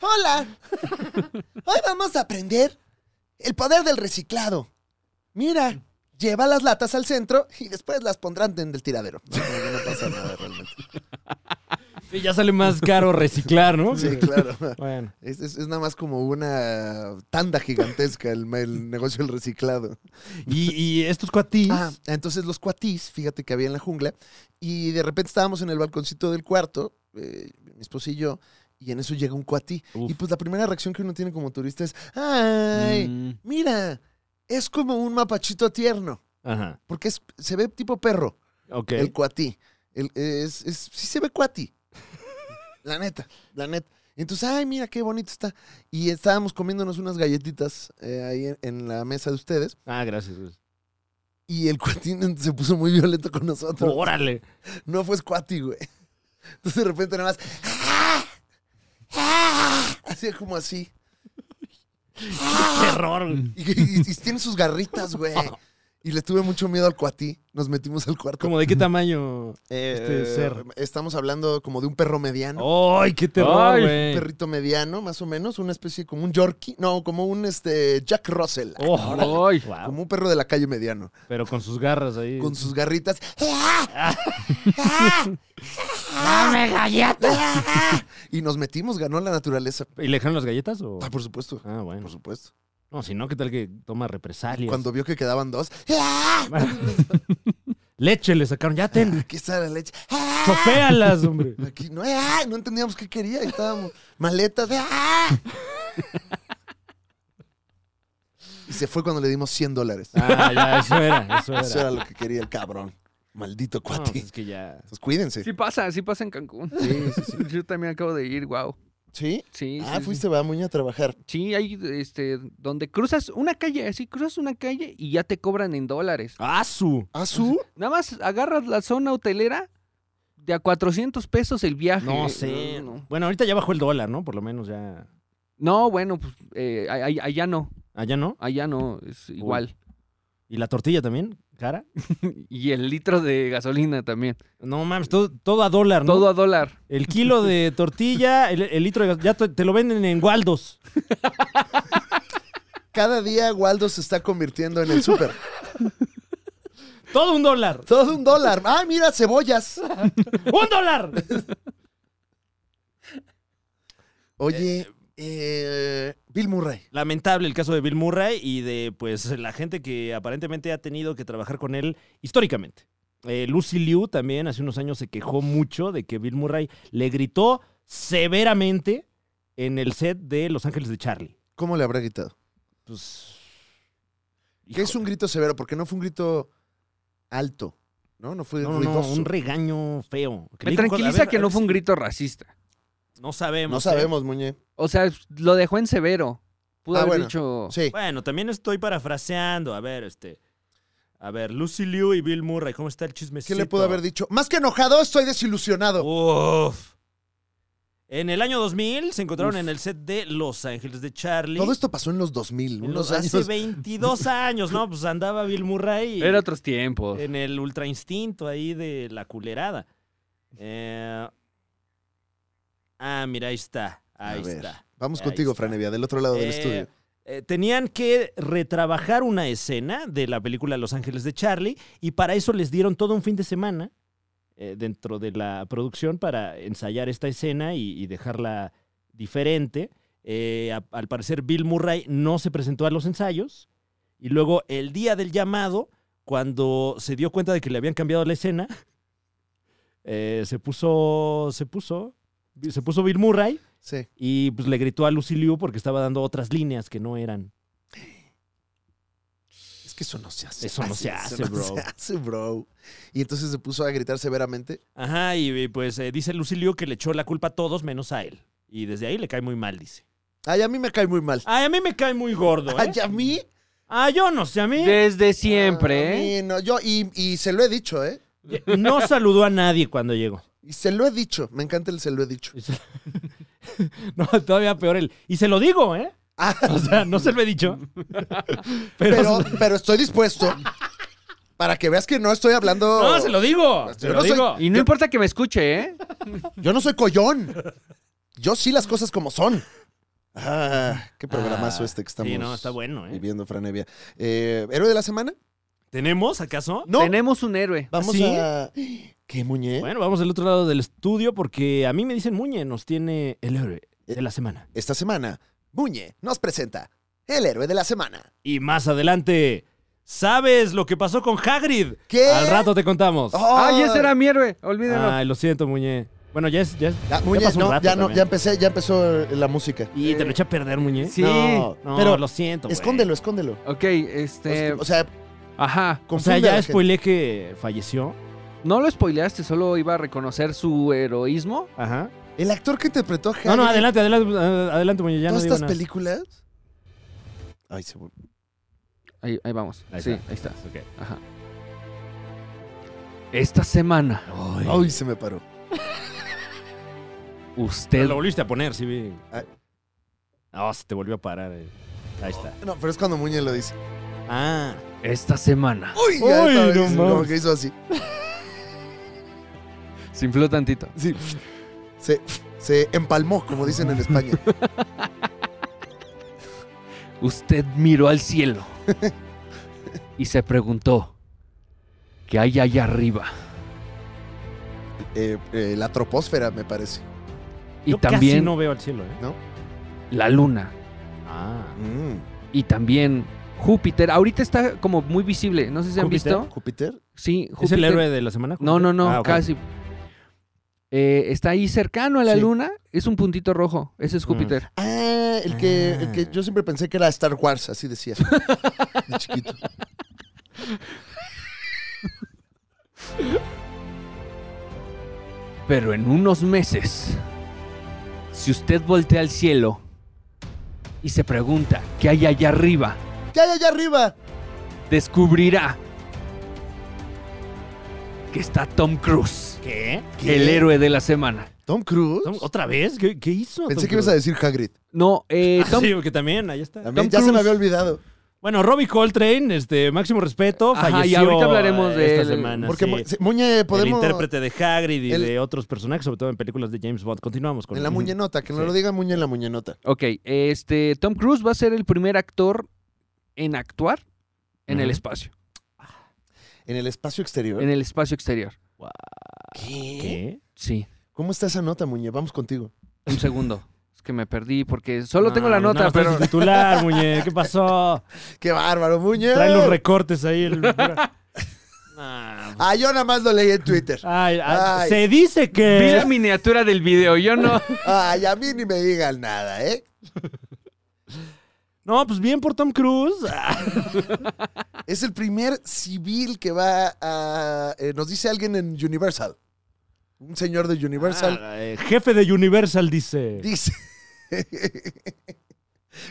Hola. Hoy vamos a aprender el poder del reciclado. Mira, lleva las latas al centro y después las pondrán en el tiradero. No, no, no pasa nada realmente. Sí, ya sale más caro reciclar, ¿no? Sí, claro. Bueno. Es, es- es nada más como una tanda gigantesca el, el negocio del reciclado. Y, y estos cuatis... Ah, entonces los cuatís, fíjate que había en la jungla, y de repente estábamos en el balconcito del cuarto, eh, mi esposa y yo, y en eso llega un cuatí. Uf. Y pues la primera reacción que uno tiene como turista es, ¡ay! Mm. Mira, es como un mapachito tierno, Ajá. porque es- se ve tipo perro, Ok. el cuatí. El- es, es- sí se ve cuatí. La neta, la neta. Entonces, ay, mira qué bonito está. Y estábamos comiéndonos unas galletitas eh, ahí en, en la mesa de ustedes. Ah, gracias. gracias. Y el cuatín *laughs* se puso muy violento con nosotros. Órale. No fue cuati, güey. Entonces, de repente, nada más. ¡ah! ¡ah! Así como así. Terror. Y, y- y tiene sus garritas, güey. Y le tuve mucho miedo al cuatí. Nos metimos al cuarto. ¿Como de qué tamaño? Eh, este ser. Oh, Estamos hablando como de un perro mediano. ¡Ay, qué terror, Ay, Un güey! perrito mediano, más o menos. Una especie como un Yorkie. No, como un este Jack Russell. Oh, Ay. guau. Como un perro de la calle mediano. Pero con sus garras ahí. Con sus garritas. *laughs* ¡Dame galletas! *laughs* Y nos metimos, ganó la naturaleza. ¿Y le dejaron las galletas o...? Ah, por supuesto. Ah, bueno. Por supuesto. No, si no, ¿qué tal que toma represalias? Cuando vio que quedaban dos. *laughs* Leche le sacaron, ya ten. "Ah, Aquí está la leche. ¡Ah! Chopéalas, hombre. Aquí no, ¡ah! no entendíamos qué quería. y Estábamos maletas. ¡ah! Y se fue cuando le dimos 100 dólares. Ah, ya, eso era, eso era. Eso era lo que quería el cabrón. Maldito No, cuate. pues es que ya. Entonces, cuídense. Sí pasa, sí pasa en Cancún. *laughs* Yo también acabo de ir, wow. ¿Sí? Sí, Ah, sí, sí. fuiste, va, Muña, a trabajar. Sí, hay este, donde cruzas una calle, así cruzas una calle y ya te cobran en dólares. ¡Ah, su! ¿Ah, su? Nada más agarras la zona hotelera de a 400 pesos el viaje. No Eh, sé. No, no. Bueno, ahorita ya bajó el dólar, ¿no? Por lo menos ya. No, bueno, pues eh, a- a- allá no, Allá no. allá no, es igual. *laughs* ¿Y la tortilla también? ¿Cara? Y el litro de gasolina también. No mames, todo, todo a Ah, dólar, ¿no? Todo a dólar. El kilo *laughs* de tortilla, el, el litro de gas. Ya te, te lo venden en Waldos. Cada día Waldo se está convirtiendo en el súper. Todo un dólar. Todo un dólar. Ah, mira, cebollas. ¡Un dólar! Oye, eh, Bill Murray. Lamentable el caso de Bill Murray y de pues la gente que aparentemente ha tenido que trabajar con él históricamente. Eh, Lucy Liu también hace unos años se quejó mucho de que Bill Murray le gritó severamente en el set de Los Ángeles de Charlie. ¿Cómo le habrá gritado? Pues. Que es un grito severo, porque no fue un grito alto, ¿no? No fue No, no, no, ruidoso. un regaño feo. Que Me le dijo, a tranquiliza ver, que a no ver fue un si- grito racista. No sabemos. No sí. sabemos, Muñe. O sea, lo dejó en severo. Pudo Ah, haber bueno, dicho. Sí. Bueno, también estoy parafraseando. A ver, este. A ver, Lucy Liu y Bill Murray, ¿cómo está el ¿Qué chismecito? le pudo haber dicho? Más que enojado, estoy desilusionado. Uf. En el año 2000 se encontraron Uf. en el set de Los Ángeles de Charlie. Todo esto pasó en los 2000, En unos los- años. Hace 22 años, ¿no? Pues andaba Bill Murray Era otros tiempos. Eh, en el ultra instinto ahí de la culerada. Eh, Ah, mira, ahí está. Ahí A ver, está. Vamos Ahí contigo, está. Franevia, del otro lado del Eh, estudio. eh, tenían que retrabajar una escena de la película Los Ángeles de Charlie y para eso les dieron todo un fin de semana eh, dentro de la producción para ensayar esta escena y, y dejarla diferente. Eh, a- al parecer Bill Murray no se presentó a los ensayos y luego el día del llamado, cuando se dio cuenta de que le habían cambiado la escena, *laughs* eh, se puso, se puso, se puso Bill Murray Sí. y pues le gritó a Lucy Liu porque estaba dando otras líneas que no eran. Es que eso no se hace. Eso no se hace, bro. No se hace, bro. Y entonces se puso a gritar severamente. Ajá, y, y, pues eh, dice Lucy Liu que le echó la culpa a todos menos a él. Y desde ahí le cae muy mal, dice. Ay, a mí me cae muy mal. Ay, a mí me cae muy gordo, ¿eh? Ay, a mí. Ah, yo no sé, a mí Desde siempre, ¿eh? A mí no. Yo, y, y se lo he dicho, ¿eh? *laughs* no saludó a nadie cuando llegó. Y se lo he dicho. Me encanta el se lo he dicho. *laughs* No, todavía peor él. Y se lo digo, ¿eh? Ah, O sea, no se lo *laughs* he dicho. Pero, pero, pero estoy dispuesto para que veas que no estoy hablando. No, se lo digo. Yo Se lo no soy- digo. Y no importa que me escuche, ¿eh? Yo no soy collón. Yo sí las cosas como son. Ah, qué programazo Ah, este que estamos Sí, no, está bueno, ¿eh? viviendo, Franevia. Eh, ¿Héroe de la semana? ¿Tenemos, acaso? No. Tenemos un héroe. Vamos ¿Sí? a. ¿Qué muñe? Bueno, vamos al otro lado del estudio porque a mí me dicen Muñe, nos tiene el héroe ¿Eh? de la semana. Esta semana, Muñe nos presenta el héroe de la semana. Y más adelante, ¿sabes lo que pasó con Hagrid? ¿Qué? Oh, Al rato te contamos. Ah. ¡Ay, ese era mi héroe! Olvídenlo. Ay, lo siento, Muñe. Bueno, ya es. Ya, es- Ya, ya Muñe, pasó un no, rato ya, no, también. ya empecé, ya empezó eh, la música. Y te lo eché a perder, Muñe. Sí. No, No, pero lo siento. güey. escóndelo, escóndelo. Ok, este. O sea, Ajá. O sea, confunde a ya la gente. spoileé que falleció. No lo spoileaste, solo iba a reconocer su heroísmo. Ajá. El actor que interpretó a Hagrid No, no, adelante, adelante, adelante, Muñe. Ya no todas digo estas nada. películas. Ay, se vol- Ahí, ahí vamos. Ahí sí, está. ahí está. Ok. Ajá. Esta semana, Ay, se me paró. Te usted. lo volviste a poner, sí, vi. Ah. Ah, se te volvió a parar. eh. Ahí está. No, pero es cuando Muñe lo dice. Ah. Esta semana. Uy, ya Uy, estaba- no hizo- mames. como que hizo así. Se infló tantito. Sí. Se, se empalmó, como dicen en *laughs* España. Usted miró *laughs* al cielo y se preguntó: ¿Qué hay allá arriba? Eh, eh, la troposfera, me parece. Y Yo también Casi no veo al cielo, ¿eh? la luna. Ah. Mm. Y también Júpiter. Ahorita está como muy visible. No sé si han ¿Júpiter? visto. ¿Júpiter? Sí, ¿Es el Júpiter- héroe de la semana? No, no, no, Ah, ok. casi. Eh, está ahí cercano a la Sí. luna, es un puntito rojo, ese es Mm. Júpiter. Ah, el que, el que yo siempre pensé que era Star Wars, así decía. *laughs* De chiquito. Pero en unos meses, si usted voltea al cielo y se pregunta qué hay allá arriba, ¿Qué hay allá arriba? descubrirá que está Tom Cruise, ¿Qué? el héroe de la semana. ¿Tom Cruise? Tom- ¿Otra vez? ¿Qué, qué hizo? Pensé Tom que ibas a Cruise? decir Hagrid. No, eh, Tom, Ah, sí, que también, ahí está. También, Tom ya se Cruise. me había olvidado. Bueno, Robbie Coltrane, este, máximo respeto, Ajá, y falleció. ahorita hablaremos de esta él. semana. Porque, sí. mu- sí, Muñe, podemos... El intérprete de Hagrid y el- de otros personajes, sobre todo en películas de James Bond. Continuamos con En la muñenota, que no Sí. lo diga Muñe en la muñenota. ok, este, Tom Cruise va a ser el primer actor en actuar en el Ujú. espacio, En el espacio exterior. en el espacio exterior. ¿Qué? ¿Qué? Sí, ¿Cómo está esa nota, Muñe? Vamos contigo. un segundo. Es que me perdí porque solo tengo la No, nota, no, está en pero... su titular, muñe. *laughs* ¿Qué pasó? ¡Qué bárbaro, Muñe! Trae los recortes ahí. el- *laughs* Ah, Ah, yo nada más lo leí en Twitter. ay, ah, Ay. Se dice *laughs* Vi que... la miniatura del video, yo no. Ay, a mí ni me digan nada, ¿eh? No, pues bien por Tom Cruise. Es el primer civil que va a... eh, nos dice alguien en Universal. Un señor de Universal. Ah, eh, jefe de Universal dice. Dice. *laughs*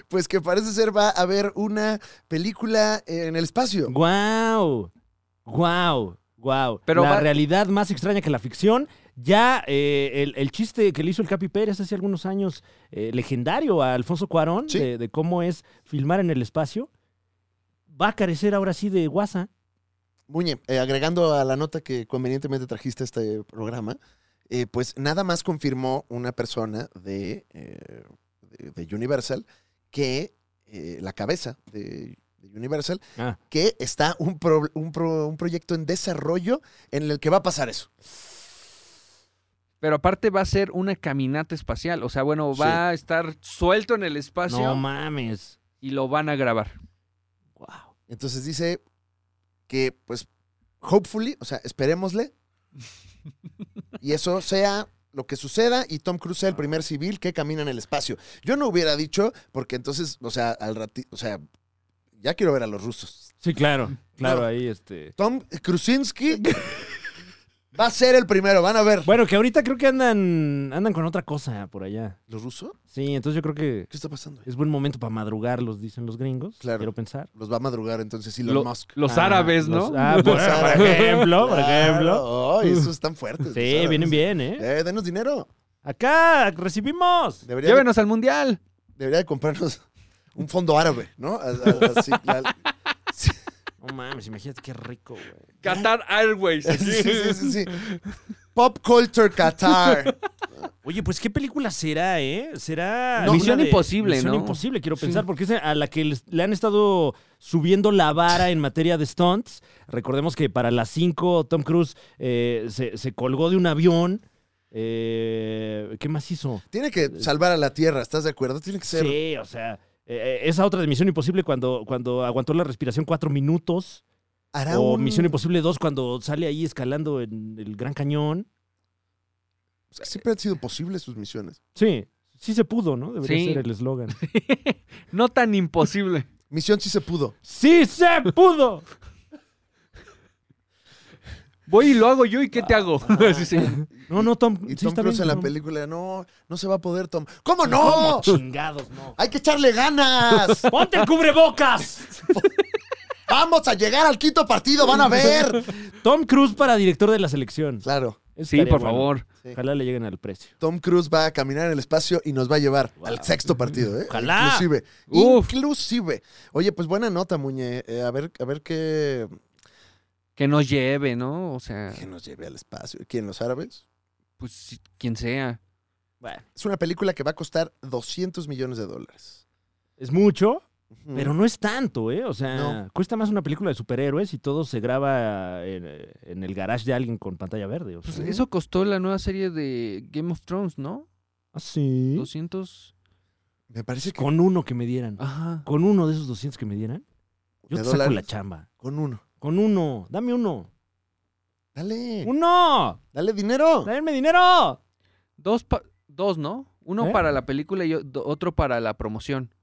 pues que parece ser va a haber una película en el espacio. Guau, guau, guau. Pero la va- realidad más extraña que la ficción. Ya eh, el, el chiste que le hizo el Capi Pérez hace algunos años, eh, legendario a Alfonso Cuarón, Sí. de, de cómo es filmar en el espacio, va a carecer ahora sí de guasa. Muñe, eh, agregando a la nota que convenientemente trajiste a este programa, eh, pues nada más confirmó una persona de, eh, de, de Universal que eh, la cabeza de, de Universal, Ah. que está un, pro- un, pro- un proyecto en desarrollo en el que va a pasar eso. Pero aparte va a ser una caminata espacial. O sea, bueno, va Sí. a estar suelto en el espacio No mames. y lo van a grabar. Guau. Entonces dice que, pues, hopefully, o sea, esperémosle. y eso sea lo que suceda y Tom Cruise sea el primer civil que camina en el espacio. Yo no hubiera dicho, porque entonces, o sea, al ratito, o sea, ya quiero ver a los rusos. Sí, claro, claro, No. ahí este. Tom Krusinski va a ser el primero, van a ver. Bueno, que ahorita creo que andan, andan con otra cosa por allá. ¿Los rusos? Sí, entonces yo creo que ¿Qué está pasando? es buen momento para madrugarlos, dicen los gringos. Claro. Quiero pensar. Los va a madrugar entonces Elon Lo- Musk. Los Ah, árabes, ¿no? los- *laughs* ah, *laughs* por, por ejemplo, por ejemplo. Claro, ay, esos están fuertes. los Sí, árabes. vienen bien, ¿eh? Eh, denos dinero. Acá recibimos. Debería de Llévenos al mundial. debería de comprarnos *laughs* un fondo árabe, ¿no? A- a- así, la- No mames, imagínate qué rico, güey. Qatar *laughs* Airways. sí, sí, sí, sí. Pop Culture Qatar. Oye, pues qué película será, ¿eh? Será No, Misión la Imposible, Misión ¿no? Imposible, quiero Sí. pensar, porque es a la que les- le han estado subiendo la vara en materia de stunts. Recordemos que para las 5 Tom Cruise eh, se, se colgó de un avión. Eh, ¿Qué más hizo? Tiene que salvar a la Tierra, ¿estás de acuerdo? Tiene que ser. Sí, o sea, eh, eh, esa otra de Misión Imposible cuando, cuando aguantó la respiración cuatro minutos. Hará o un- Misión Imposible 2 cuando sale ahí escalando en el Gran Cañón. O sea, Siempre han sido posibles sus misiones. Sí, sí se pudo, ¿no? Debería Sí. ser el eslogan. *laughs* No tan imposible. Misión sí se pudo. ¡Sí se pudo! Voy y lo hago yo y ¿qué te hago? *laughs* Sí, sí. No, no, Tom. Y sí Tom está Cruise bien, en la Tom. película, no, no se va a poder, Tom. ¿Cómo ¿Cómo no? chingados, no. Hay que echarle *laughs* ganas. ¡Ponte el *laughs* cubrebocas! Vamos a llegar al quinto partido, van a *laughs* ver. Tom Cruise para director de la selección. Claro. Eso Sí, estaría por bueno. favor. Sí. Ojalá le lleguen al precio. Tom Cruise va a caminar en el espacio y nos va a llevar al sexto partido, ¿eh? Ojalá. Inclusive. Uf. Inclusive. Oye, pues buena nota, Muñe. Eh, a ver, a ver qué, Que nos lleve, ¿no? O sea, qué nos lleve al espacio. ¿Quién? ¿Los árabes? pues sí, quien sea. Bueno, Es una película que va a costar 200 millones de dólares. es mucho, Ujú. pero no es tanto, ¿eh? O sea, No. cuesta más una película de superhéroes y todo se graba en, en el garage de alguien con pantalla verde. O Pues sea. eso costó la nueva serie de Game of Thrones, ¿no? Ah, sí. 200. Me parece que con, Con uno que me dieran. Ajá. Con uno de esos 200 que me dieran, yo ¿De te saco la dólares? chamba. uno. Con uno, dame uno. Dale. ¡Uno! Dale dinero. ¡Denme dinero! Dos, pa- dos ¿no? Uno ¿Eh? para la película y o- do- otro para la promoción.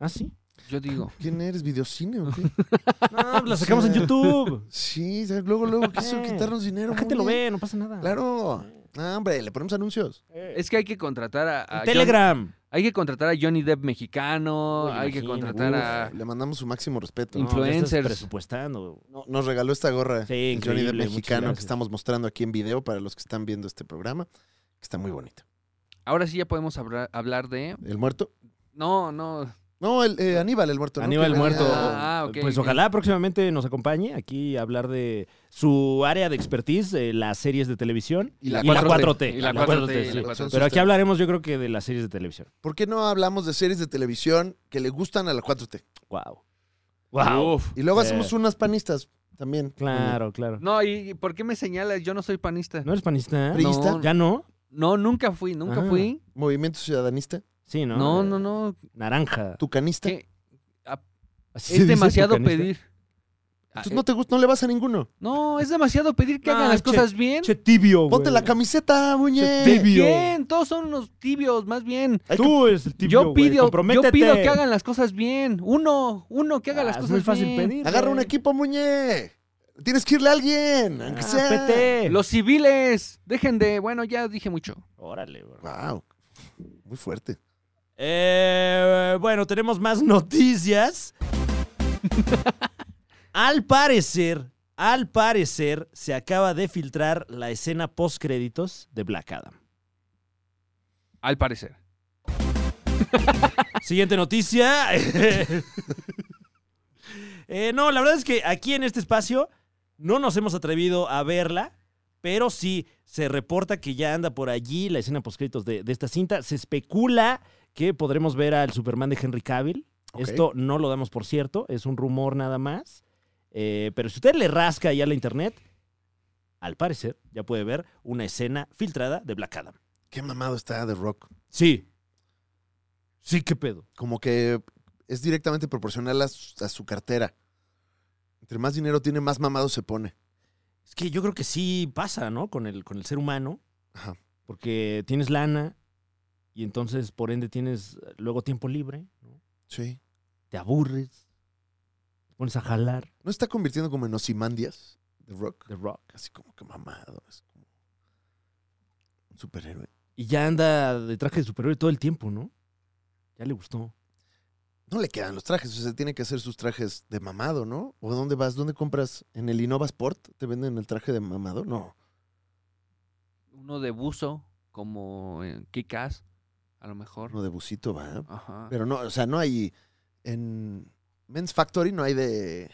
¿Ah, sí? Yo digo. ¿Quién eres? ¿Videocine o qué? *laughs* No, pues la *laughs* sacamos en YouTube. Sí, o sea, luego, luego quiso Eh, quitarnos dinero. La gente muy lo bien. ve, no pasa nada. Claro. Ah, hombre, le ponemos anuncios. Eh, Es que hay que contratar a, a John- Telegram. hay que contratar a Johnny Depp mexicano, Uy, hay que imagino, contratar a Le mandamos su máximo respeto. No. influencers. ya estás presupuestando. No, nos regaló esta gorra Sí, el Johnny increíble, Depp muchas mexicano que gracias. estamos mostrando aquí en video para los que están viendo este programa, que está muy bonito. Ahora sí ya podemos hablar, hablar de ¿El muerto? No, no. No, el, eh, Aníbal el muerto. ¿no? Aníbal Que- el muerto. Ah, ok, pues ok. ojalá próximamente nos acompañe aquí a hablar de su área de expertise, eh, las series de televisión Y la 4T. 4T. Y la 4T, y la sí. 4T. Pero aquí hablaremos yo creo que de las series de televisión. ¿Por qué no hablamos de series de televisión que le gustan a la 4T? Wow. Wow. Uf. Y luego Sí. hacemos unas panistas también. Eh. Claro, claro. No, ¿y y por qué me señalas? Yo no soy panista. ¿No eres panista? Pri- ¿Priista? No, ¿Ya no? no, nunca fui, nunca Ah. fui. Movimiento Ciudadanista, Sí, ¿no? No, no, no. Naranja. Tucanista. ¿Qué? Ah, Así se Es dice demasiado tucanista. pedir. Ah, Entonces eh, no te gusta, no le vas a ninguno. No, es demasiado pedir que No, hagan las Ah, che, cosas bien. Che tibio, Oh, güey. Ponte la camiseta, muñe. Che, tibio. Bien, todos son unos tibios, más bien. Hay que- Tú eres el tibio, yo güey. pido, yo Comprométete. pido que hagan las cosas bien. Uno, uno que haga Ah, las cosas Es muy fácil bien. pedir. Agarra un güey. equipo, muñe. Tienes que irle a alguien, aunque Ah, sea. PT. Los civiles, dejen de, bueno, ya dije mucho. Órale, bro. Wow. Muy fuerte. Eh, bueno, tenemos más noticias. al parecer, al parecer, se acaba de filtrar la escena post créditos de Black Adam. Al parecer. Siguiente noticia. *laughs* Eh, no, la verdad es que aquí en este espacio no nos hemos atrevido a verla, pero sí se reporta que ya anda por allí la escena postcritos de, de esta cinta. Se especula que podremos ver al Superman de Henry Cavill. Ok. Esto no lo damos por cierto, es un rumor nada más. Eh, pero si usted le rasca ahí a la internet, al parecer ya puede ver una escena filtrada de Black Adam. Qué mamado está The Rock. Sí. Sí, qué pedo. Como que es directamente proporcional a su, a su cartera. Entre más dinero tiene, más mamado se pone. Es que yo creo que sí pasa, ¿no? Con el, con el ser humano. Ajá. Porque tienes lana y entonces, por ende, tienes eh, luego tiempo libre. ¿no? Sí. Te aburres. Te pones a jalar. ¿No está convirtiendo como en Osimandias The Rock? The Rock. Así como que mamado. Es como un superhéroe. Y ya anda de traje de superhéroe todo el tiempo, ¿no? Ya le gustó. No le quedan los trajes, o sea, tiene que hacer sus trajes de mamado, ¿no? ¿O dónde vas? ¿Dónde compras? ¿En el Innova Sport? ¿Te venden el traje de mamado? No. Uno de buzo, como en Kikas, a lo mejor. Uno de busito va. Ajá. Pero no, o sea, no hay. En Men's Factory no hay de.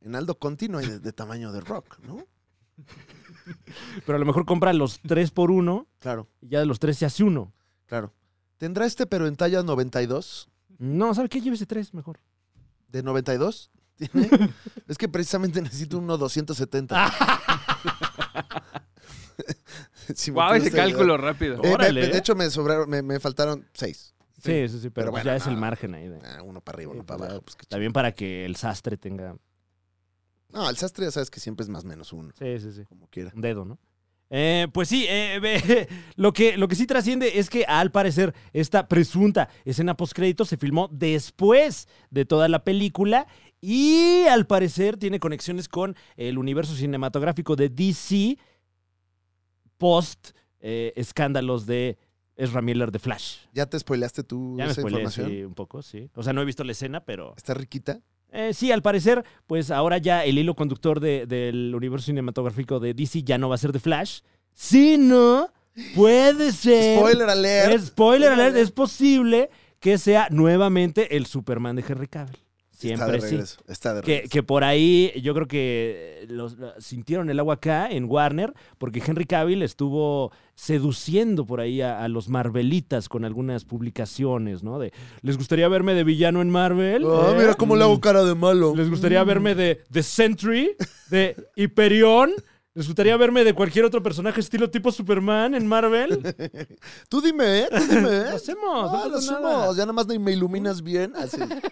En Aldo Conti no hay de, de tamaño de rock, ¿no? Pero a lo mejor compra *laughs* los tres por uno Claro, y ya de los tres se hace uno. claro. Tendrá este, pero en talla 92. No, ¿sabe qué? Llévese tres mejor. ¿De 92? *laughs* ¿Tiene? es que precisamente necesito uno 270. *laughs* Si me Guau, puedes ese ayudar. cálculo rápido. Eh, me- Órale, me- eh. de hecho, me sobraron, me, me faltaron seis. Sí, sí, sí, Pero pero, pues bueno, ya es el no. margen ahí. de- Ah, uno para arriba, Sí, uno para pues, abajo. pues, qué También para que el sastre tenga. ch- no, el sastre ya sabes que siempre es más menos uno, Sí, sí, sí. como quiera. Un dedo, ¿no? Eh, pues sí, eh, *laughs* ve, lo, que, lo que sí trasciende es que al parecer esta presunta escena postcrédito se filmó después de toda la película y al parecer tiene conexiones con el universo cinematográfico de DC post eh, escándalos de Ezra Miller de Flash. ¿Ya te spoileaste tú Ya me esa spoileé información? sí, un poco, sí. O sea, no he visto la escena, pero... ¿Está riquita? Eh, sí, al parecer, pues ahora ya el hilo conductor de- del universo cinematográfico de DC ya no va a ser de Flash, sino puede ser. Spoiler alert. Es- spoiler alert, es posible que sea nuevamente el Superman de Henry Cavill. está de Siempre sí. regreso. Está de Que, regreso. que por ahí yo creo que eh, los, la- sintieron el agua acá en Warner, porque Henry Cavill estuvo seduciendo por ahí a, a los Marvelitas con algunas publicaciones, ¿no? De, ¿les gustaría verme de villano en Marvel? Ah, ¿Eh? mira cómo le hago cara de malo. Mm. ¿Les gustaría verme de The Sentry? ¿De Hyperion? ¿Les gustaría verme de cualquier otro personaje estilo tipo Superman en Marvel? Tú dime, ¿eh? Tú *laughs* dime, ¿eh? Lo hacemos, no Ah, pasa lo nada. hacemos. Ya nada más ni me iluminas *laughs* bien. Así. "Este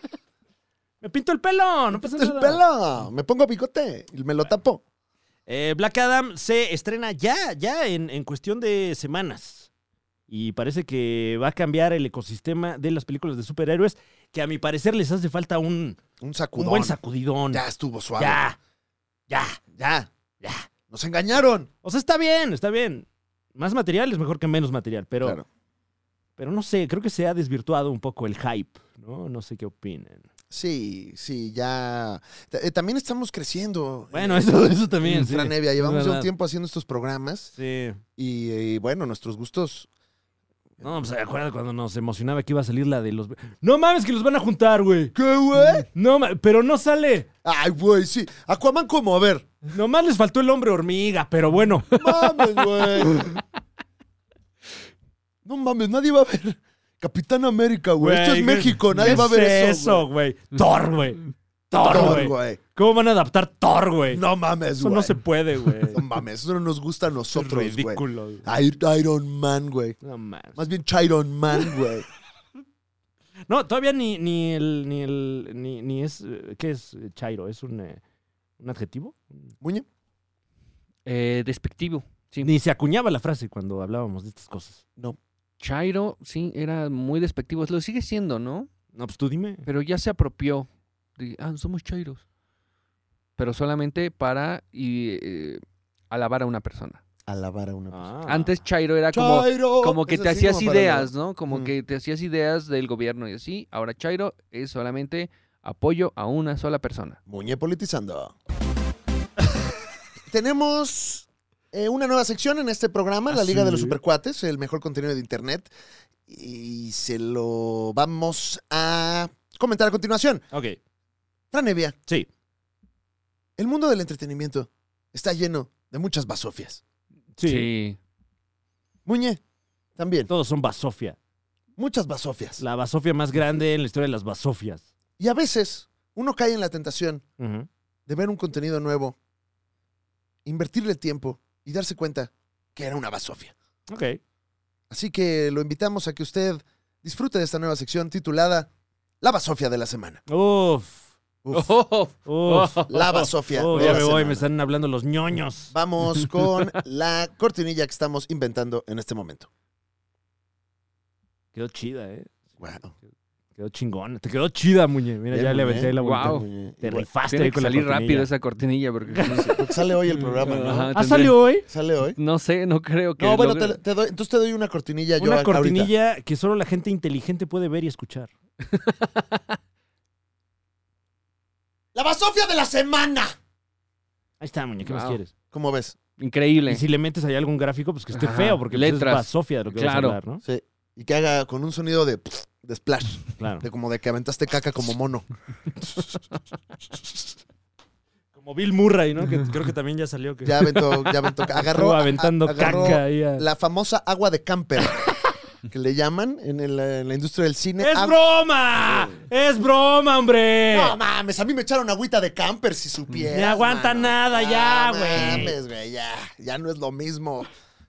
Me pinto el pelo, no pasa ¡El nada. pelo! Me pongo bigote y me lo tapo. Eh, Black Adam se estrena ya, ya en, en cuestión de semanas. Y parece que va a cambiar el ecosistema de las películas de superhéroes, que a mi parecer les hace falta un, Un un sacudón. buen sacudidón. Ya estuvo suave. Ya, ya, Ya. ya. Nos engañaron. O sea, está bien, está bien. Más material es mejor que menos material, pero, Claro. pero no sé, creo que se ha desvirtuado un poco el hype, ¿no? No sé qué opinen. Sí, sí, ya. Ta- eh, también estamos creciendo. Bueno, eh, eso, eso también. sí. Fran Evia, llevamos ya un verdad. tiempo haciendo estos programas Sí. y, eh, bueno, nuestros gustos. No, pues acuérdate cuando nos emocionaba que iba a salir la de los. No mames, que los van a juntar, güey. ¿Qué, güey? No, ma- pero no sale. Ay, güey, sí. Aquaman, ¿cómo? A ver. Nomás les faltó el hombre hormiga, pero bueno. Mames, güey. No mames, nadie va a ver. Capitán América, güey. Esto es *laughs* Güey, México, nadie ¿qué va a ver es eso. eso, güey. Thor, güey. Thor, Thor, güey. güey. ¿Cómo van a adaptar Thor, güey? No mames, Eso güey. no se puede, *laughs* güey. No mames, eso no nos gusta a Es nosotros, güey. ridículo. güey. Ah, Iron- Iron Man, güey. No mames. Más bien Chiron Man, güey. No, todavía ni, ni el, ni el, ni, ni es, eh, ¿qué es eh, Chairo? ¿Es un, eh, un adjetivo? Muñe. Eh, despectivo, sí. Ni se acuñaba la frase cuando hablábamos de estas cosas. No. Chairo, sí, era muy despectivo. Lo sigue siendo, ¿no? No, pues tú dime. Pero ya se apropió. de, ah, somos Chairos. Pero solamente para y, eh, alabar a una persona. Alabar a una persona. Ah. Antes Chairo era como, Chairo. como que Es te así hacías como para ideas, ¿no? Como Mm. que te hacías ideas del gobierno y así. Ahora Chairo es solamente apoyo a una sola persona. Muñe politizando. *laughs* Tenemos eh, una nueva sección en este programa, Ah, La Liga de los sí. Supercuates, el mejor contenido de Internet. Y se lo vamos a comentar a continuación. Ok, Fran Evia, sí. el mundo del entretenimiento está lleno de muchas basofias. Sí. Muñe, también, Todos son basofia. muchas basofias. La basofia más grande en la historia de las basofias. Y a veces uno cae en la tentación Ujú. de ver un contenido nuevo, invertirle tiempo y darse cuenta que era una basofia. Ok. Así que lo invitamos a que usted disfrute de esta nueva sección titulada La Basofia de la Semana. Uf. *laughs* Uf, Oh, Uf. la Basofia. Oh, de ya la me voy, semana. me están hablando los ñoños. *laughs* Vamos con la cortinilla que estamos inventando en este momento. Quedó chida, ¿eh? Wow. Quedó chingona. Te quedó chida, muñe. Mira, Bien, ya le Muñe. aventé ahí la vuelta. Guau. Te rifaste Tiene ahí que con la salir rápido cortinilla. esa cortinilla porque no sé, Porque sale hoy el programa, ¿no? Ajá. ¿Ah, Tendré- salió hoy? Sale hoy. no, sé, no creo que... No, bueno, logre- te, te doy, entonces te doy una cortinilla yo Una a- cortinilla ahorita. que solo la gente inteligente puede ver y escuchar. ¡La Basofia de la Semana! Ahí está, muñe, ¿qué más Wow. quieres? ¿Cómo ves? Increíble. Y si le metes ahí algún gráfico, pues que esté Ajá, feo, porque pues, letras. es basofia de lo que Claro. vas a hablar, ¿no? Sí. Y que haga con un sonido de, de splash, Claro. de como de que aventaste caca como mono. Como Bill Murray, ¿no? *laughs* Que creo que también ya salió. Que Ya aventó, ya aventó, estuvo agarró, aventando a- agarró caca ahí. a- la famosa agua de camper que le llaman en, el, eh, en la industria del cine. ¡Es Ah, broma! ¡Es broma, hombre! No mames, a mí me echaron agüita de camper si supieras. No aguanta mano. nada ya, No güey. mames, güey, ya. Ya no es lo mismo.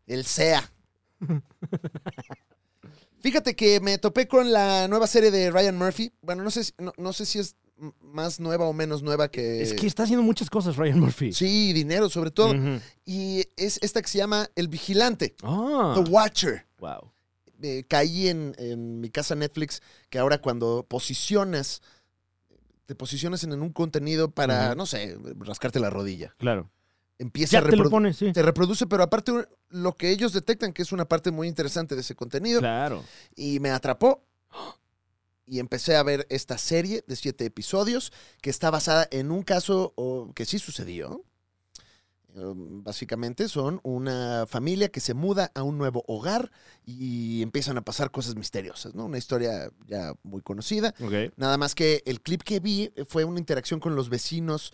El SEA. Fíjate que me topé con la nueva serie de Ryan Murphy. Bueno, no sé, si- no, no sé si es m- más nueva o menos nueva que. Es que Mm. está haciendo muchas cosas Ryan Murphy. Sí, dinero sobre todo. Ujú. Y es esta que se llama El Vigilante, Ah, The Watcher. wow. eh, caí en, en mi casa Netflix, que ahora cuando posicionas, te posicionas en un contenido para, Ujú. no sé, rascarte la rodilla. Claro. Empieza Ya a te lo reprodu- pones, sí. te reproduce, pero aparte un- lo que ellos detectan, que es una parte muy interesante de ese contenido, Claro. y me atrapó. Y empecé a ver esta serie de siete episodios que está basada en un caso o, que sí sucedió. Um, Básicamente son una familia que se muda a un nuevo hogar y empiezan a pasar cosas misteriosas, ¿no? Una historia ya muy conocida. Ok. Nada más que el clip que vi eh, fue una interacción con los vecinos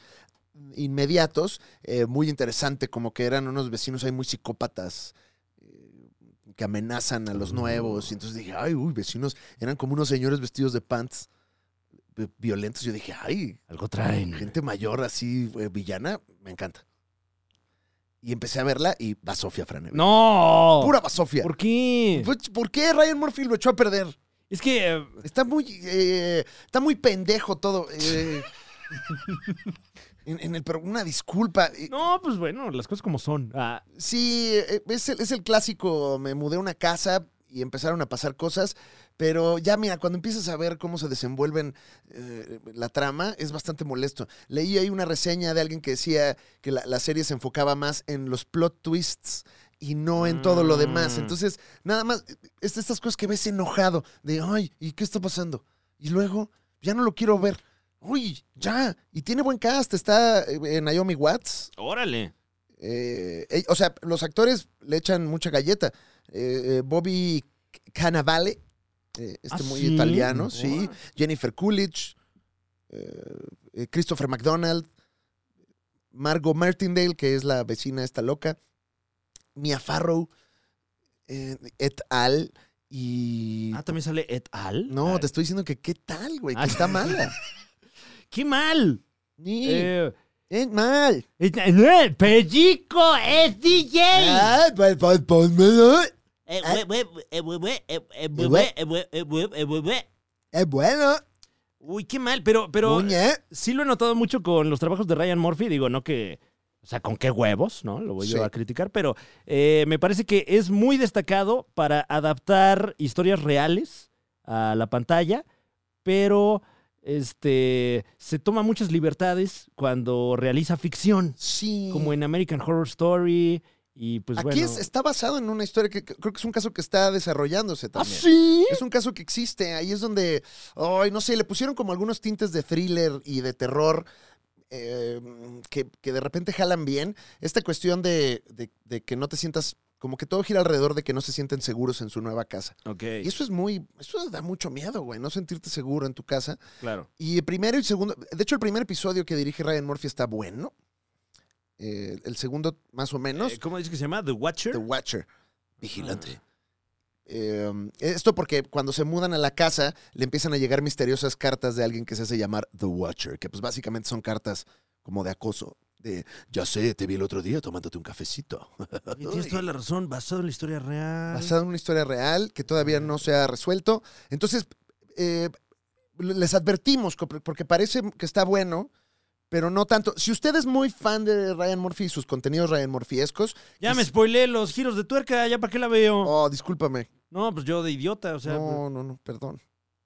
inmediatos, eh, muy interesante, como que eran unos vecinos ahí muy psicópatas eh, que amenazan a los nuevos. Y entonces dije, ay, uy, vecinos, eran como unos señores vestidos de pants eh, violentos. Yo dije, ay, Algo traen. gente mayor así, eh, villana, me encanta. Y empecé a verla y va Sofía Franeve. ¡No! Pura Basofia. ¿Por qué? Pues, ¿Por qué Ryan Murphy lo echó a perder? Es que... eh, Está muy, eh, está muy pendejo todo. eh. En, en el, pero una disculpa. Eh, No, pues bueno, las cosas como son. Ah, Sí, eh, es el, es el clásico, me mudé a una casa y empezaron a pasar cosas, pero ya mira, cuando empiezas a ver cómo se desenvuelven eh, la trama, es bastante molesto. Leí ahí una reseña de alguien que decía que la, la serie se enfocaba más en los plot twists y no en todo lo demás. Mm. Entonces, nada más, eh, es de estas cosas que ves enojado, de, ay, ¿y qué está pasando? Y luego, ya no lo quiero ver. Uy, ya. Y tiene buen cast, está eh, Naomi Watts. órale. Eh, eh, o sea, los actores le echan mucha galleta. Eh, eh, Bobby Cannavale, eh, este Ah, muy ¿sí? italiano, Wow. sí. Jennifer Coolidge, eh, eh, Christopher McDonald, Margot Martindale, que es la vecina esta loca, Mia Farrow, eh, et al. Y. Ah, también sale et al. no, Ah, te estoy diciendo que qué tal, güey, que Ah. está *laughs* mala. ¡Qué mal! Ni, Eh, es mal. eh, eh, ¡Pellico es DJ! Ah, pues, pues, pónmelo. Eh, ah. güey, güey, eh, güey, güey, eh, Eh, eh, güey, güey, güey. eh, güey, eh, güey, eh, güey, güey. Es bueno. Uy, qué mal, pero, pero Muñe. sí lo he notado mucho con los trabajos de Ryan Murphy. Digo, no que. O sea, con qué huevos, ¿no? Lo voy yo Sí. a criticar, pero eh, me parece que es muy destacado para adaptar historias reales a la pantalla, pero este se toma muchas libertades cuando realiza ficción, Sí. como en American Horror Story y pues Aquí bueno. es- está basado en una historia que que creo que es un caso que está desarrollándose ¿Ah, también. sí? Es un caso que existe. Ahí es donde, ay, no sé, le pusieron como algunos tintes de thriller y de terror eh, que, que de repente jalan bien. Esta cuestión de, de- de que no te sientas, como que todo gira alrededor de que no se sienten seguros en su nueva casa. Ok, Y eso es muy, eso da mucho miedo, güey, no sentirte seguro en tu casa. claro. Y el primero y el segundo, de hecho el primer episodio que dirige Ryan Murphy está bueno. Eh, el segundo más o menos. Eh, ¿Cómo dice que se llama? ¿The Watcher? Ah. The Watcher. Vigilante. Eh, esto porque cuando se mudan a la casa le empiezan a llegar misteriosas cartas de alguien que se hace llamar The Watcher, que pues básicamente son cartas como de acoso. De, ya sé, te vi el otro día tomándote un cafecito. Y tienes toda la razón, basado en la historia real. Basado en una historia real que todavía no se ha resuelto. Entonces, eh, les advertimos, co- porque parece que está bueno, pero no tanto. Si usted es muy fan de Ryan Murphy y sus contenidos Ryan Murphyescos, Ya me spoilé los giros de tuerca, ya para qué la veo. oh, discúlpame. No, pues yo de idiota, o sea, pues, No, no, no, perdón.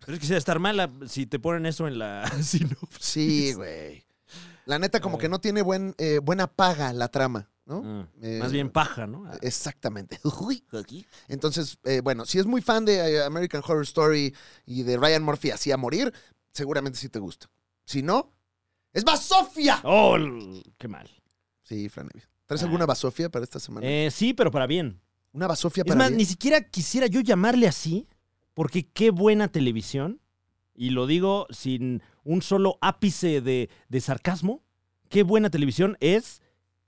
pero es que se va a estar mala si te ponen eso en la *laughs* sinopsis. *laughs* Sí, güey. La neta, como que no tiene buen, eh, buena paga la trama, ¿no? Ah, Eh, más bien paja, ¿no? Ah, Exactamente. *laughs* Uy. Entonces, eh, bueno, si es muy fan de eh, American Horror Story y de Ryan Murphy así a morir, seguramente sí te gusta. Si no, ¡es Basofia! Oh, l- qué mal. Sí, Fran. Evia. ¿Traes Ah. alguna Basofia para esta semana? Eh, sí, pero para bien. una Basofia Es para más, mí. ni siquiera quisiera yo llamarle así, porque qué buena televisión. Y lo digo sin un solo ápice de, de sarcasmo. Qué buena televisión es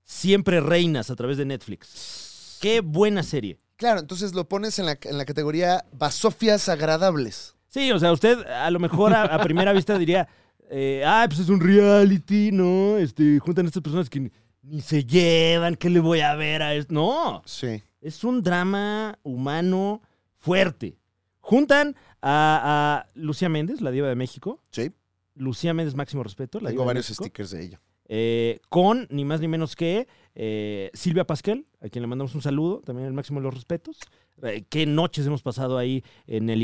Siempre Reinas a través de Netflix. Qué buena serie. Claro, entonces lo pones en la, en la categoría Basofias agradables. Sí, o sea, usted a lo mejor a, a primera vista diría, *laughs* eh, ah, pues es un reality, ¿no? Este, juntan a estas personas que ni, ni se llevan, ¿qué le voy a ver a esto? No, Sí. es un drama humano fuerte. Juntan a, a Lucía Méndez, la diva de México. Sí. Lucía Méndez, máximo respeto. La Tengo diva de varios México. stickers de ella. Eh, con ni más ni menos que eh, Silvia Pasquel, a quien le mandamos un saludo, también el máximo de los respetos. Eh, qué noches hemos pasado ahí en el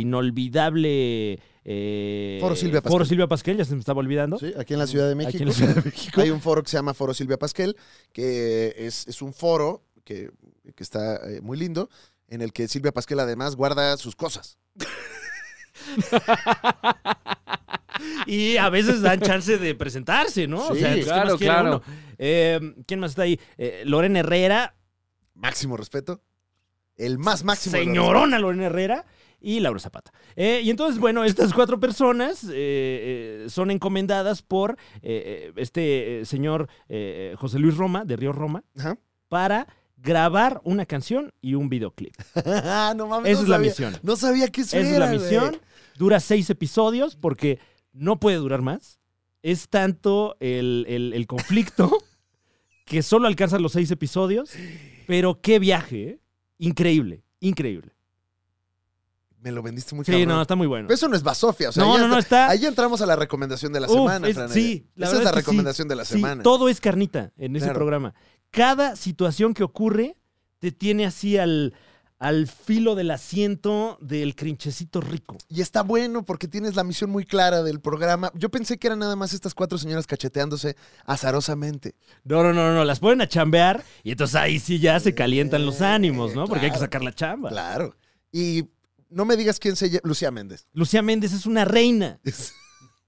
inolvidable eh, Foro Silvia Pasquel. Foro Silvia Pasquel, ya se me estaba olvidando. Sí, aquí en la Ciudad de México. Aquí en *laughs* la Ciudad de México. Hay un foro que se llama Foro Silvia Pasquel, que es, es un foro que, que está eh, muy lindo, en el que Silvia Pasquel además guarda sus cosas. Y a veces dan chance de presentarse, ¿no? Sí. pues, ¿qué Claro, más quiere claro. uno? Eh, ¿Quién más está ahí? Eh, Lorena Herrera, Máximo respeto. El más máximo. de los *laughs* señorona Lorena Herrera y Laura Zapata. Eh, y entonces, bueno, estas cuatro personas eh, eh, son encomendadas por eh, eh, este eh, señor eh, eh, José Luis Roma, de Río Roma, respetos. para grabar una canción y un videoclip. Ajá. Ah, no mames. Esa no es la sabía- misión. No sabía que eso Esa es era, la güey. misión. Dura seis episodios porque no puede durar más. Es tanto el, el- el conflicto *laughs* que solo alcanzan los seis episodios. Pero qué viaje, ¿eh? Increíble, increíble. Me lo vendiste muy Sí, cabrón. no, está muy bueno. Pero eso no es basofia. O sea, No, ahí no, no, entra- está- Ahí entramos a la recomendación de la Uf, semana, es- Fran. sí, la Esa es verdad la que sí. recomendación de la Sí, semana. todo es carnita en ese Claro. programa. Cada situación que ocurre te tiene así al, al filo del asiento del crinchecito rico. Y está bueno porque tienes la misión muy clara del programa. Yo pensé que eran nada más estas cuatro señoras cacheteándose azarosamente. No, no, no, no, las ponen a chambear y entonces ahí sí ya se calientan los ánimos, ¿no? Porque hay que Eh, claro. sacar la chamba. Claro. Y no me digas quién se llama. Lucía Méndez. *laughs* Lucía Méndez es una reina,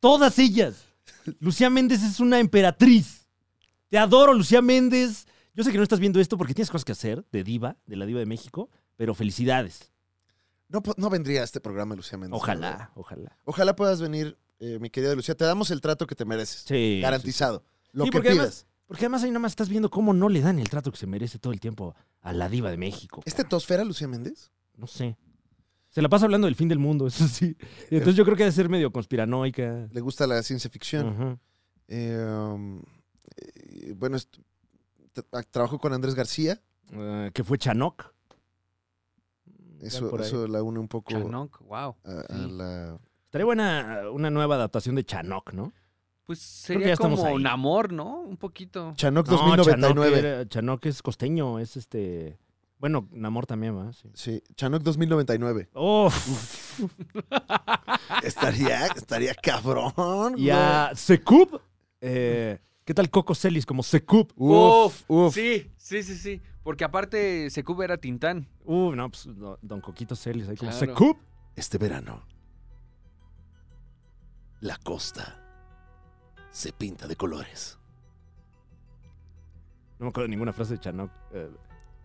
todas ellas. Lucía Méndez es una emperatriz. Te adoro, Lucía Méndez. Yo sé que no estás viendo esto porque tienes cosas que hacer de diva, de la diva de México, pero felicidades. No, po- no vendría a este programa, Lucía Méndez. Ojalá, ojalá. Ojalá puedas venir, eh, mi querida Lucía. Te damos el trato que te mereces. Sí. Garantizado. Lo Sí, que porque pidas. además- Porque además ahí nada más estás viendo cómo no le dan el trato que se merece todo el tiempo a la diva de México. ¿Este tosfera, Lucía Méndez? No sé. Se la pasa hablando del fin del mundo, *laughs* eso sí. Y Entonces yo creo que ha de ser medio conspiranoica. Le gusta la ciencia ficción. Ajá. Eh, um, eh, bueno, est- tra- trabajó con Andrés García. Eh, que fue Chanoc. Vean Eso, por ahí. eso la une un poco Chanok, wow. a, a sí. la. Estaría buena una nueva adaptación de Chanoc, ¿no? Pues que sería ya estamos como ahí. un amor, ¿no? Un poquito. Chanoc No, 2099. Chanoc, era- Chanoc es costeño, es este... Bueno, Namor también, ¿va? Sí. Sí, Chanoc *laughs* 2099. *laughs* Uf. Estaría, estaría cabrón. Y a Secub. eh, ¿Qué tal Coco Celis como Secub? Uf, uf. Sí, sí, sí, sí. Porque aparte Secuba era Tintán. Uh, no, pues do- Don Coquito Celis ahí como Claro. Secub. Este verano, la costa se pinta de colores. No me acuerdo de ninguna frase de Chanoc. eh,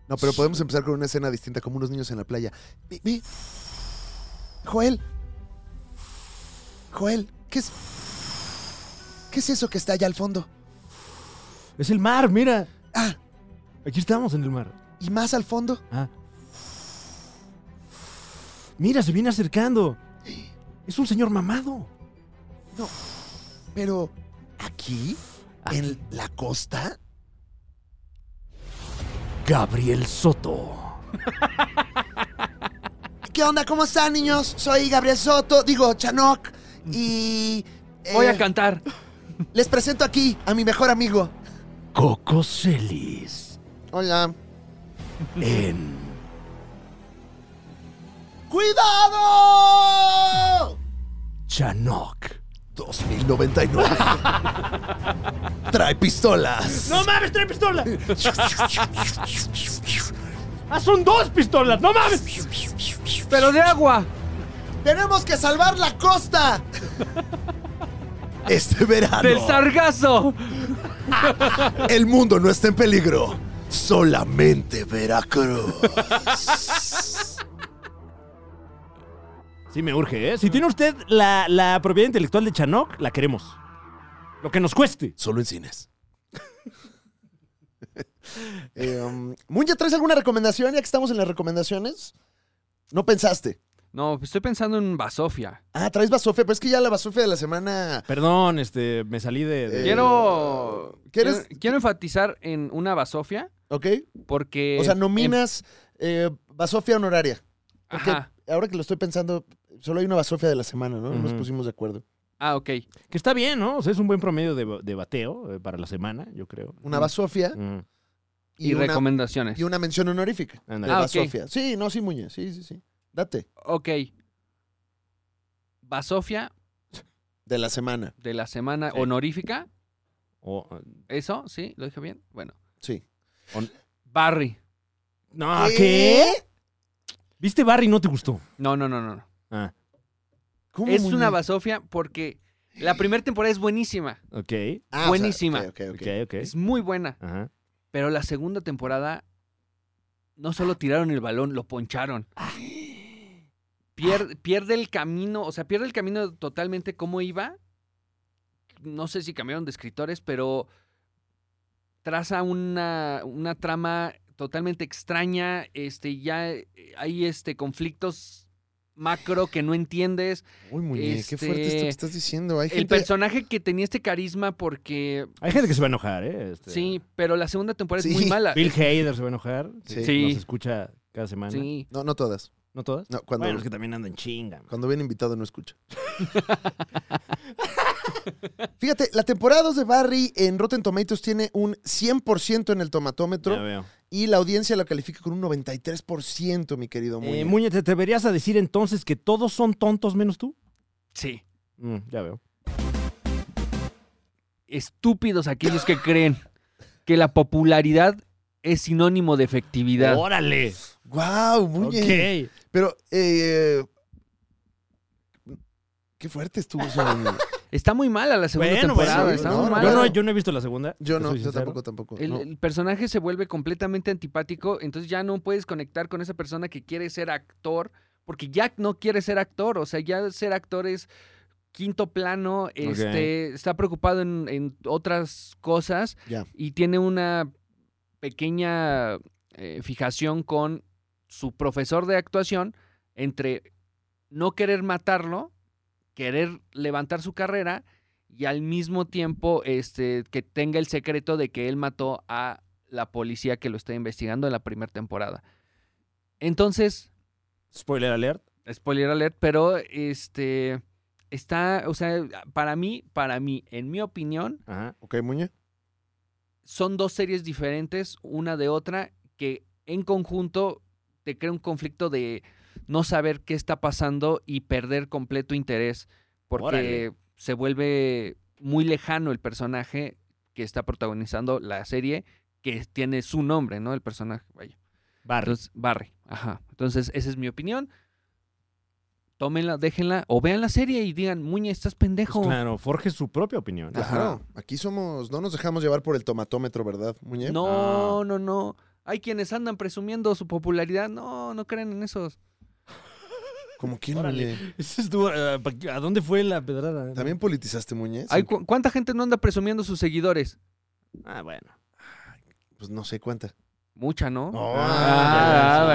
No, pero podemos empezar con una escena distinta, como unos niños en la playa. Ve, ve. Joel. Joel, ¿qué es? ¿Qué es eso que está allá al fondo? Es el mar, mira. Ah, Aquí estamos en el mar. y más al fondo. Ah. Mira, se viene acercando. Es un señor mamado. Pero aquí, en la costa, Gabriel Soto. ¿Qué onda? ¿Cómo están, niños? Soy Gabriel Soto, digo, Chanoc, y... eh, Voy a cantar. Les presento aquí a mi mejor amigo. Coco Celis. Hola. En. ¡Cuidado! Chanoc. 2099. Trae pistolas. ¡No mames, trae pistola! ¡Ah, son dos pistolas! ¡No mames! Pero de agua. ¡Tenemos que salvar la costa! Este verano, Del sargazo. el mundo no está en peligro. Solamente Veracruz. Sí, me urge, ¿eh? Si tiene usted la, la propiedad intelectual de Chanoc, la queremos. Lo que nos cueste. Solo en cines. *laughs* eh, um, Muñe, ¿traes alguna recomendación ya que estamos en las recomendaciones? No pensaste. No, pues, estoy pensando en Basofia. Ah, traes basofia, pero es que ya la basofia de la semana. Perdón, este, me salí de. de- Eh, Quiero, ¿quieres- quiero. quiero enfatizar en una Basofia ¿Ok? porque. o sea, em- nominas eh, basofia honoraria. Porque Ajá. ahora que lo estoy pensando, solo hay una basofia de la semana, ¿no? No Nos Ujú. pusimos de acuerdo. Ah, ok. Que está bien, ¿no? O sea, es un buen promedio de, de bateo eh, para la semana, yo creo. Una basofia Mm, y, Y, una, recomendaciones. y una mención honorífica. De ándale. Ah, ok. basofia. Sí, no, sí, Muñe. Sí, sí, sí. Date. Ok. Basofia De la semana. de la semana Sí. honorífica. O- ¿Eso? ¿Sí? ¿Lo dije bien? Bueno. Sí. Barry. No, ¿qué? ¿Viste Barry y no te gustó? No, no, no, no. no. Ah, ¿Cómo, Es Muñe? una Basofia porque la primera temporada es buenísima. ok. Ah, o sea, buenísima. ok, ok, ok. Ok, ok. Es muy buena. Ajá. Pero la segunda temporada no solo tiraron el balón, lo poncharon. Pier- pierde el camino, o sea, pierde el camino totalmente cómo iba. No sé si cambiaron de escritores, pero traza una, una trama totalmente extraña. Este, ya eh, hay este, conflictos macro que no entiendes. Uy, Muñe, qué fuerte esto Este, que estás diciendo. Hay El gente... personaje que tenía este carisma porque... Hay gente que se va a enojar, ¿eh? Este, Sí, pero la segunda temporada Sí. es muy mala. Bill Hader se va a enojar. Sí. Sí. Sí. Nos escucha cada semana. Sí. No, no todas. ¿No todas? No, cuando, Bueno, es que también andan chinga. man. cuando viene invitado no *laughs* escucha. Fíjate, la temporada 2 de Barry en Rotten Tomatoes tiene un 100% en el Ya tomatómetro veo. y la audiencia la califica con un 93%, mi querido Muñe. Eh, Muñe, ¿te atreverías a decir entonces que todos son tontos menos tú? Sí. Mm, ya veo. Estúpidos aquellos que creen que la popularidad es sinónimo de efectividad. ¡Órale! ¡Guau, Muñe! Ok. Pero, eh, qué fuerte estuvo eso. Muñe. Está muy mala la segunda Bueno, temporada. bueno, está no, muy no, mala. Yo no, yo no he visto la segunda. Yo te no, soy yo sincero. tampoco, tampoco. El, no. el personaje se vuelve completamente antipático, entonces ya no puedes conectar con esa persona que quiere ser actor, porque Jack no quiere ser actor, o sea, ya ser actor es quinto plano, este, está preocupado en, en otras cosas Ya. y tiene una pequeña eh, fijación con su profesor de actuación entre no querer matarlo, querer levantar su carrera y al mismo tiempo este, que tenga el secreto de que él mató a la policía que lo está investigando en la primera temporada. Entonces, Spoiler alert. spoiler alert, pero este está, o sea, para mí, para mí, en mi opinión, Ajá. Ok, Muñe. son dos series diferentes una de otra que en conjunto te crea un conflicto de no saber qué está pasando y perder completo interés porque Órale. se vuelve muy lejano el personaje que está protagonizando la serie que tiene su nombre, ¿no? El personaje, vaya. Barry. Entonces, Barry, ajá. Entonces, esa es mi opinión. Tómenla, déjenla o vean la serie y digan, "Muñe, estás pendejo." Pues claro, forje su propia opinión. Claro, aquí somos, no nos dejamos llevar por el tomatómetro, ¿verdad, ¿eh? Muñe? No, Ah. no, no. Hay quienes andan presumiendo su popularidad. No, no creen en esos. Como quién, Órale. Muñe. Ese estuvo, eh, pa- ¿A dónde fue la pedrada? También politizaste, Muñe. Sí, Hay cu- ¿Cuánta gente no anda presumiendo sus seguidores? Ah, bueno. Pues no sé cuánta. Mucha, ¿no? Ah, ya, ah, ya,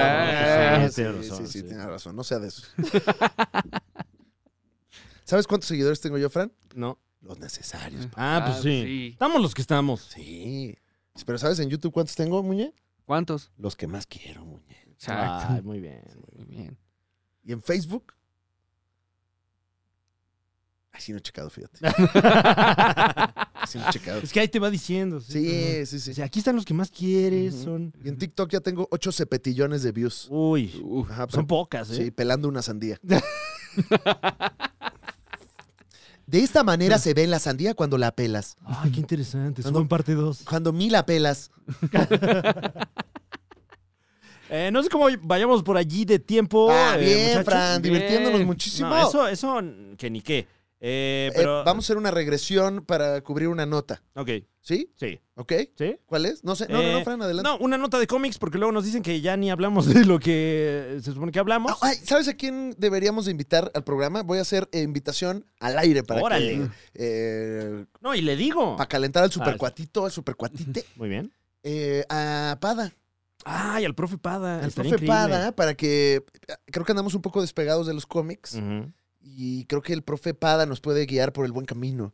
Ah, ya, sí, tienes sí, razón, sí, sí. tienes razón. No sea de esos. *laughs* ¿Sabes cuántos seguidores tengo yo, Fran? No. Los necesarios. pa. Ah, pues sí. Estamos los que estamos. Sí. Pero ¿sabes en YouTube cuántos tengo, Muñe? ¿Cuántos? Los que más quiero, Muñe. Exacto. Ay, muy *laughs* bien. Muy bien. ¿Y en Facebook? Así no he checado, fíjate. Así no he checado. es que ahí te va diciendo. Sí, sí, sí. O sea, aquí están los que más quieres. Ujú. Son. Y en TikTok ya tengo ocho cepetillones de views. Uy. Uf, Ajá, Son pero- pocas, ¿eh? Sí, pelando una *laughs* sandía. De esta manera se ve en la sandía cuando la pelas. Ay, qué interesante. No, Son no. en parte 2. Cuando mil la pelas. Eh, no sé cómo vayamos por allí de tiempo. ah, eh, bien, muchachos. Fran, divirtiéndonos Bien. muchísimo. No, eso, eso mm, que ni qué. Eh, Eh, pero. vamos a hacer una regresión para cubrir una nota. Ok, ¿Sí? sí. ¿Ok? ¿Sí? ¿Cuál es? No sé. No, no, no, Eh, Fran, adelante. No, una nota de cómics, porque luego nos dicen que ya ni hablamos de lo que eh, se supone que hablamos. Ah, ay, ¿Sabes a quién deberíamos de invitar al programa? Voy a hacer eh, invitación al aire para Órale. que, eh, No, y le digo. para calentar al sí. supercuatito, al supercuatite, Muy bien. eh, a Pada. Ay, al profe Pada. al Ah, estaría profe increíble. Pada para que eh, creo que andamos un poco despegados de los cómics Ujú. y creo que el profe Pada nos puede guiar por el buen camino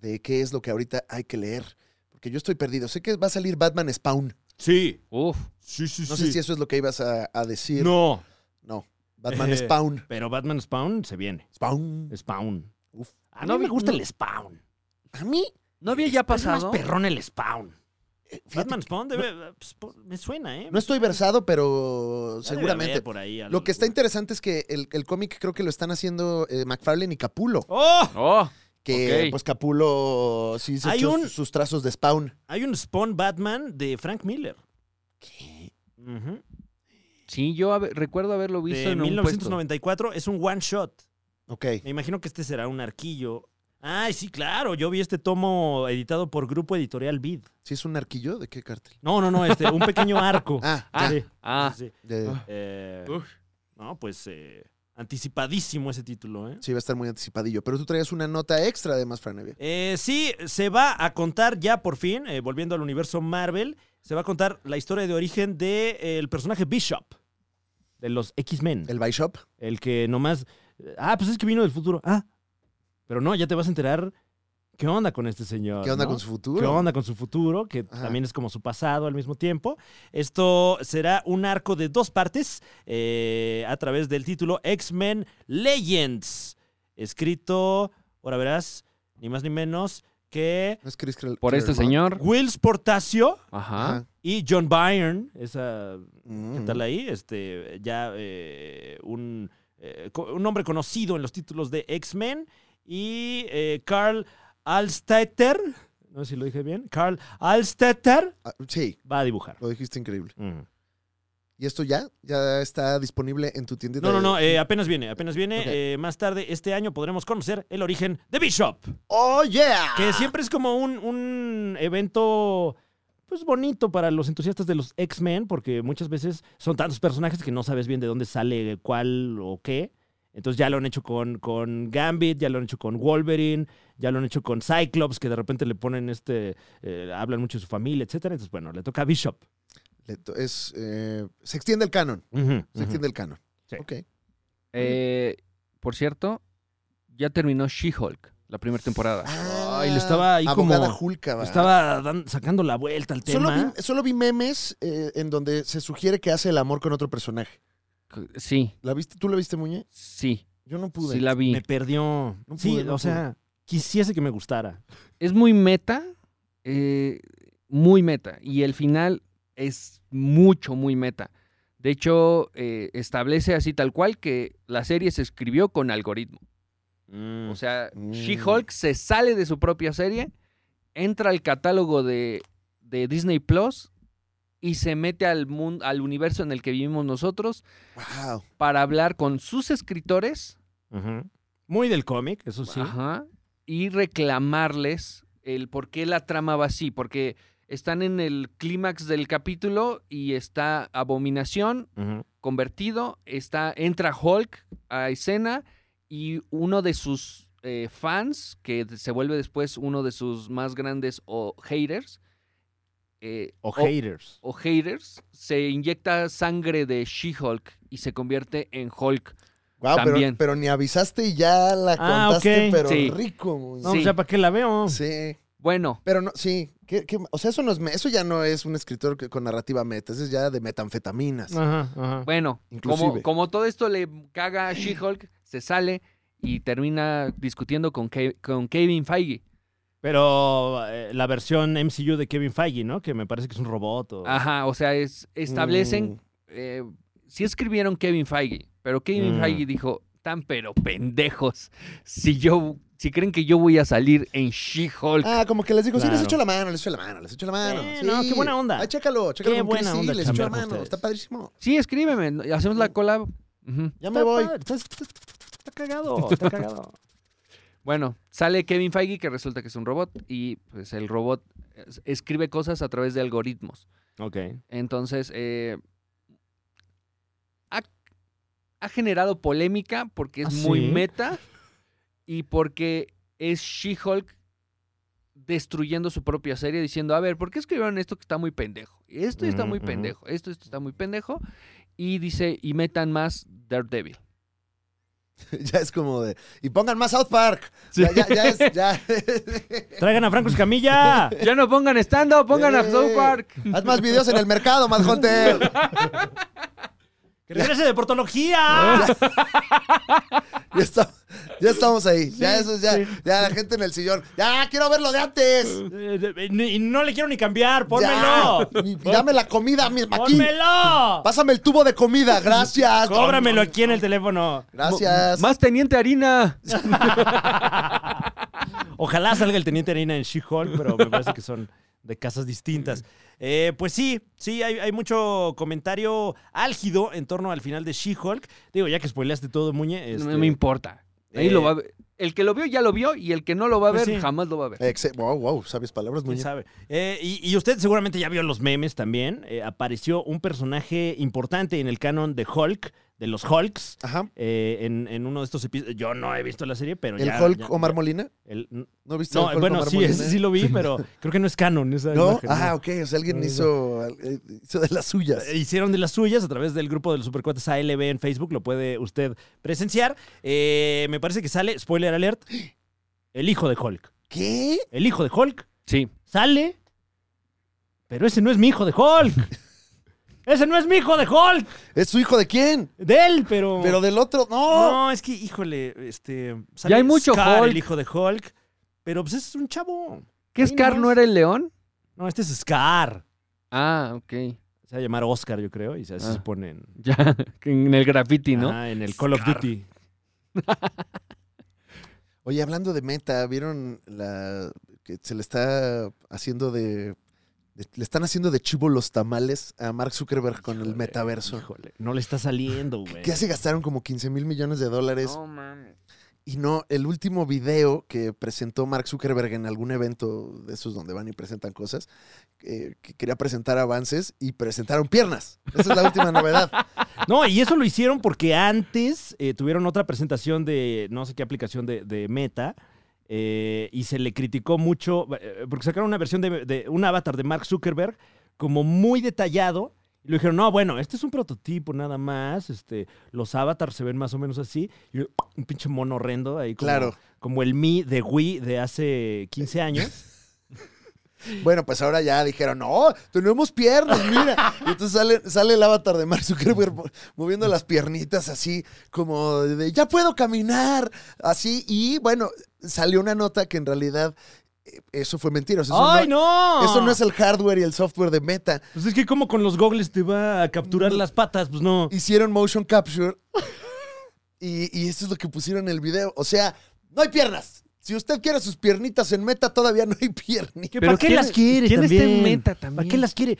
de qué es lo que ahorita hay que leer. Porque yo estoy perdido. Sé que va a salir Batman Spawn. Sí, uf. sí, sí, No sí. sé si eso es lo que ibas a, a decir. No, No. Batman Eh. Spawn. pero Batman Spawn se viene. Spawn. Spawn. Uf. A mí no, me gusta el Spawn. A mí, ¿No había ya pasado? Es más perrón el Spawn. eh, fíjate Batman Spawn debe- pues, por- me suena, ¿eh? que no estoy versado, pero Ya debe seguramente. haber por ahí algo. Lo que está interesante es que el, el cómic creo que lo están haciendo eh, McFarlane y Capulo. ¡Oh! Oh, Que Ok. pues Capulo sí se Hay echó un- sus- sus trazos de Spawn. Hay un Spawn Batman de Frank Miller. Ujú. sí, yo habe- recuerdo haberlo visto De en un 1994. Es un one shot. Ok. Me imagino que este será un arquillo. Ay, sí, claro. Yo vi este tomo editado por Grupo Editorial Vid. ¿Sí es un arquillo? ¿De qué cártel? No, no, no, este, un pequeño arco. *laughs* Ah, Ah. ya. Sí, puesto. Ah, sí, sí. De- Eh, Uf. no, pues eh, anticipadísimo ese título, ¿eh? sí, va a estar muy anticipadillo. Pero tú traías una nota extra además, Franevia. Eh, sí, se va a contar ya por fin, eh, volviendo al universo Marvel, se va a contar la historia de origen del de, eh, el personaje Bishop, de los X-Men. El, El Bishop. que nomás... eh, Ah, pues es que vino del futuro. Ah, pero no, ya te vas a enterar ¿Qué onda con este señor? ¿Qué onda no? con su futuro? ¿Qué onda con su futuro? Que Ajá. también es como su pasado al mismo tiempo. Esto será un arco de dos partes eh, a través del título X-Men Legends. Escrito, ahora verás, ni más ni menos que ¿No es Chris Claremont? Por este señor. Wills Portacio Ajá. Ajá. y John Byrne. Esa Mm. Ah, ¿Qué tal ahí? Este, ya eh, un, eh, co- un nombre conocido en los títulos de X-Men y eh, Carl Alstetter, no sé si lo dije bien, Carl Alstetter Ah, sí, va a dibujar. lo dijiste increíble. Mm. ¿Y esto ya? ¿Ya está disponible en tu tienda? No, no, no, eh, apenas viene, apenas viene. Ok. Eh, más tarde este año podremos conocer el origen de Bishop, ¡Oh, yeah! que siempre es como un, un evento... Pues bonito para los entusiastas de los X-Men, porque muchas veces son tantos personajes que no sabes bien de dónde sale cuál o qué. Entonces ya lo han hecho con, con Gambit, ya lo han hecho con Wolverine, ya lo han hecho con Cyclops, que de repente le ponen este, eh, hablan mucho de su familia, etcétera. Entonces, bueno, le toca a Bishop. Le to- es, eh, se extiende el canon. Ujú, Se ujú. extiende el canon. Sí. Ok. Eh, por cierto, ya terminó She-Hulk, la primera temporada. Ah. Ay, le estaba ahí como- abogada Hulka, va. Estaba dan- sacando la vuelta al tema. Solo vi, solo vi memes eh, en donde se sugiere que hace el amor con otro personaje. Sí, ¿La viste? ¿Tú la viste, Muñe? sí, Yo no pude. sí la vi. Me perdió. No sí, pude, no o sea, quisiese que me gustara. Es muy meta, eh, muy meta. Y el final es mucho, muy meta. De hecho, eh, establece así tal cual que la serie se escribió con algoritmo. O sea, Mm. She-Hulk se sale de su propia serie, entra al catálogo de, de Disney Plus y se mete al, mun- al universo en el que vivimos nosotros Wow. para hablar con sus escritores Ujú. Muy del cómic, eso sí. Ajá. y reclamarles el por qué la trama va así, porque están en el clímax del capítulo y está Abominación Ujú. convertido, está, entra Hulk a escena y uno de sus eh, fans, que se vuelve después uno de sus más grandes o haters, eh, O haters. o haters, se inyecta sangre de She-Hulk y se convierte en Hulk. Wow, pero, También. pero ni avisaste y ya la Ah, contaste, ok. pero Sí. rico, Muñe. No, Sí. o sea, ¿para qué la veo? Sí. Bueno, Pero no, sí. ¿Qué- qué- o sea, eso, no es, me- eso ya no es un escritor que- con narrativa meta. Eso es ya de metanfetaminas. Ajá, ajá. Bueno, Inclusive. como, como todo esto le caga a She-Hulk, se sale y termina discutiendo con, Ke- con Kevin Feige. Pero eh, la versión MCU de Kevin Feige, ¿no? Que me parece que es un robot. o- Ajá, o sea, es, establecen... Mm. eh, sí escribieron Kevin Feige, pero Kevin Mm. Feige dijo, tan pero pendejos, si yo... Si creen que yo voy a salir en She-Hulk. Ah, como que les digo, sí, les Claro. echo la mano, les echo la mano, les echo la mano. Sí, no, qué buena onda. Ay, chécalo, chécalo. Qué con Chris, buena sí, onda les echo la chambear con mano. ustedes. Está padrísimo. Sí, escríbeme, hacemos la collab. Ujú. Ya Está me voy. *laughs* padre, Está, está- está cagado, está cagado. Bueno, sale Kevin Feige, que resulta que es un robot, y pues el robot eh, escribe cosas a través de algoritmos. *laughs* ok. Entonces, eh, ha, ha generado polémica porque es ¿Ah, muy sí? meta y porque es She-Hulk destruyendo su propia serie diciendo, a ver, ¿por qué escribieron esto que está muy pendejo? Esto está Ujú, muy ujú. pendejo, esto, esto está muy pendejo. Y dice, y metan más Daredevil. ya es como de. Y pongan más South Park. Ya, ya, ya es. *laughs* Ya. Traigan a Franco *laughs* Escamilla. Ya no pongan stand-up, pongan a Eh. South Park. Haz más videos en el mercado, Mad Hunter. ¡Que regrese de *laughs* portología! Ya, está- ya estamos ahí. ya eso es ya. Ya la gente en el sillón. Ya, quiero ver lo de antes. Eh, eh, ni- Y no le quiero ni cambiar. Ya. ¡Pónmelo! Y- y Dame la comida, mi aquí. ¡Pónmelo! Pásame el tubo de comida, gracias. Cóbramelo aquí en el teléfono. Gracias. Más Teniente Harina. Ojalá salga el Teniente Arena en She-Hulk, pero me parece que son de casas distintas. Eh, pues sí, sí, hay, hay mucho comentario álgido en torno al final de She-Hulk. Digo, ya que spoileaste todo, Muñe. No este, me importa. Ahí eh, lo va a ver. El que lo vio ya lo vio y el que no lo va a ver Pues sí. jamás lo va a ver. Exe- wow, wow, sabias palabras, ¿Quién muy sabe? Eh, y, y usted seguramente ya vio los memes también. Eh, apareció un personaje importante en el canon de Hulk, de los Hulks, Ajá. eh, en, en uno de estos episodios. Yo no he visto la serie, pero El ya... Hulk ya- Omar Molina. el- ¿No viste el no, Hulk bueno, Omar sí, Molina? ese sí lo vi, pero creo que no es canon esa ¿No? imagen, Ah, ok. O sea, alguien No, hizo, eh, hizo de las suyas. Eh, Hicieron de las suyas a través del grupo de los supercuates ALB en Facebook, lo puede usted presenciar. Eh, me parece que sale, spoiler alert, el hijo de Hulk. ¿Qué? El hijo de Hulk Sí. sale, pero ese no es mi hijo de *laughs* Hulk. ese no es mi hijo de Hulk. ¿Es su hijo de quién? De él, pero. Pero del otro, no. no, es que, híjole, este. hay mucho Scar, Hulk. el hijo de Hulk. Pero pues es un chavo. ¿Qué Ahí Scar nomás. no era el león? No, este es Scar. Ah, ok. *laughs* Se va a llamar Oscar, yo creo, y así Ah. se ponen. Ya, que en el graffiti, ¿no? en el Call of Scar. Duty. Oye, hablando de meta, ¿vieron la que se le está haciendo de, de- le están haciendo de chivo los tamales a Mark Zuckerberg con el Híjole, metaverso? Híjole, no le está saliendo, güey. Que ya se gastaron como 15 mil millones de dólares No mames. y no, el último video que presentó Mark Zuckerberg en algún evento de esos donde van y presentan cosas, eh, que quería presentar avances y presentaron piernas. Esa es la última novedad. No, y eso lo hicieron porque antes eh, tuvieron otra presentación de no sé qué aplicación de, de Meta eh, y se le criticó mucho eh, porque sacaron una versión de, de un avatar de Mark Zuckerberg como muy detallado. Y le dijeron, no, bueno, este es un prototipo nada más, este, los avatars se ven más o menos así. Y yo, un pinche mono horrendo ahí como, Claro. como el Mi de Wii de hace 15 años. Bueno, pues ahora ya dijeron, no, tenemos piernas, mira. Y entonces sale, sale el avatar de Mark Zuckerberg mo- moviendo las piernitas así, como de, ya puedo caminar, así. Y bueno, salió una nota que en realidad eh, eso fue mentira. O sea, eso ¡Ay, no! Eso no es el hardware y el software de Meta. Pues es que como con los gogles te va a capturar las patas, pues no. Hicieron motion capture *laughs* y, y esto es lo que pusieron en el video. O sea, no hay piernas. Si usted quiere sus piernitas en Meta, todavía no hay *laughs* piernitas. Que Pero ¿Para qué ¿quién- las quiere quién está en también? meta ¿Para también? qué las quiere?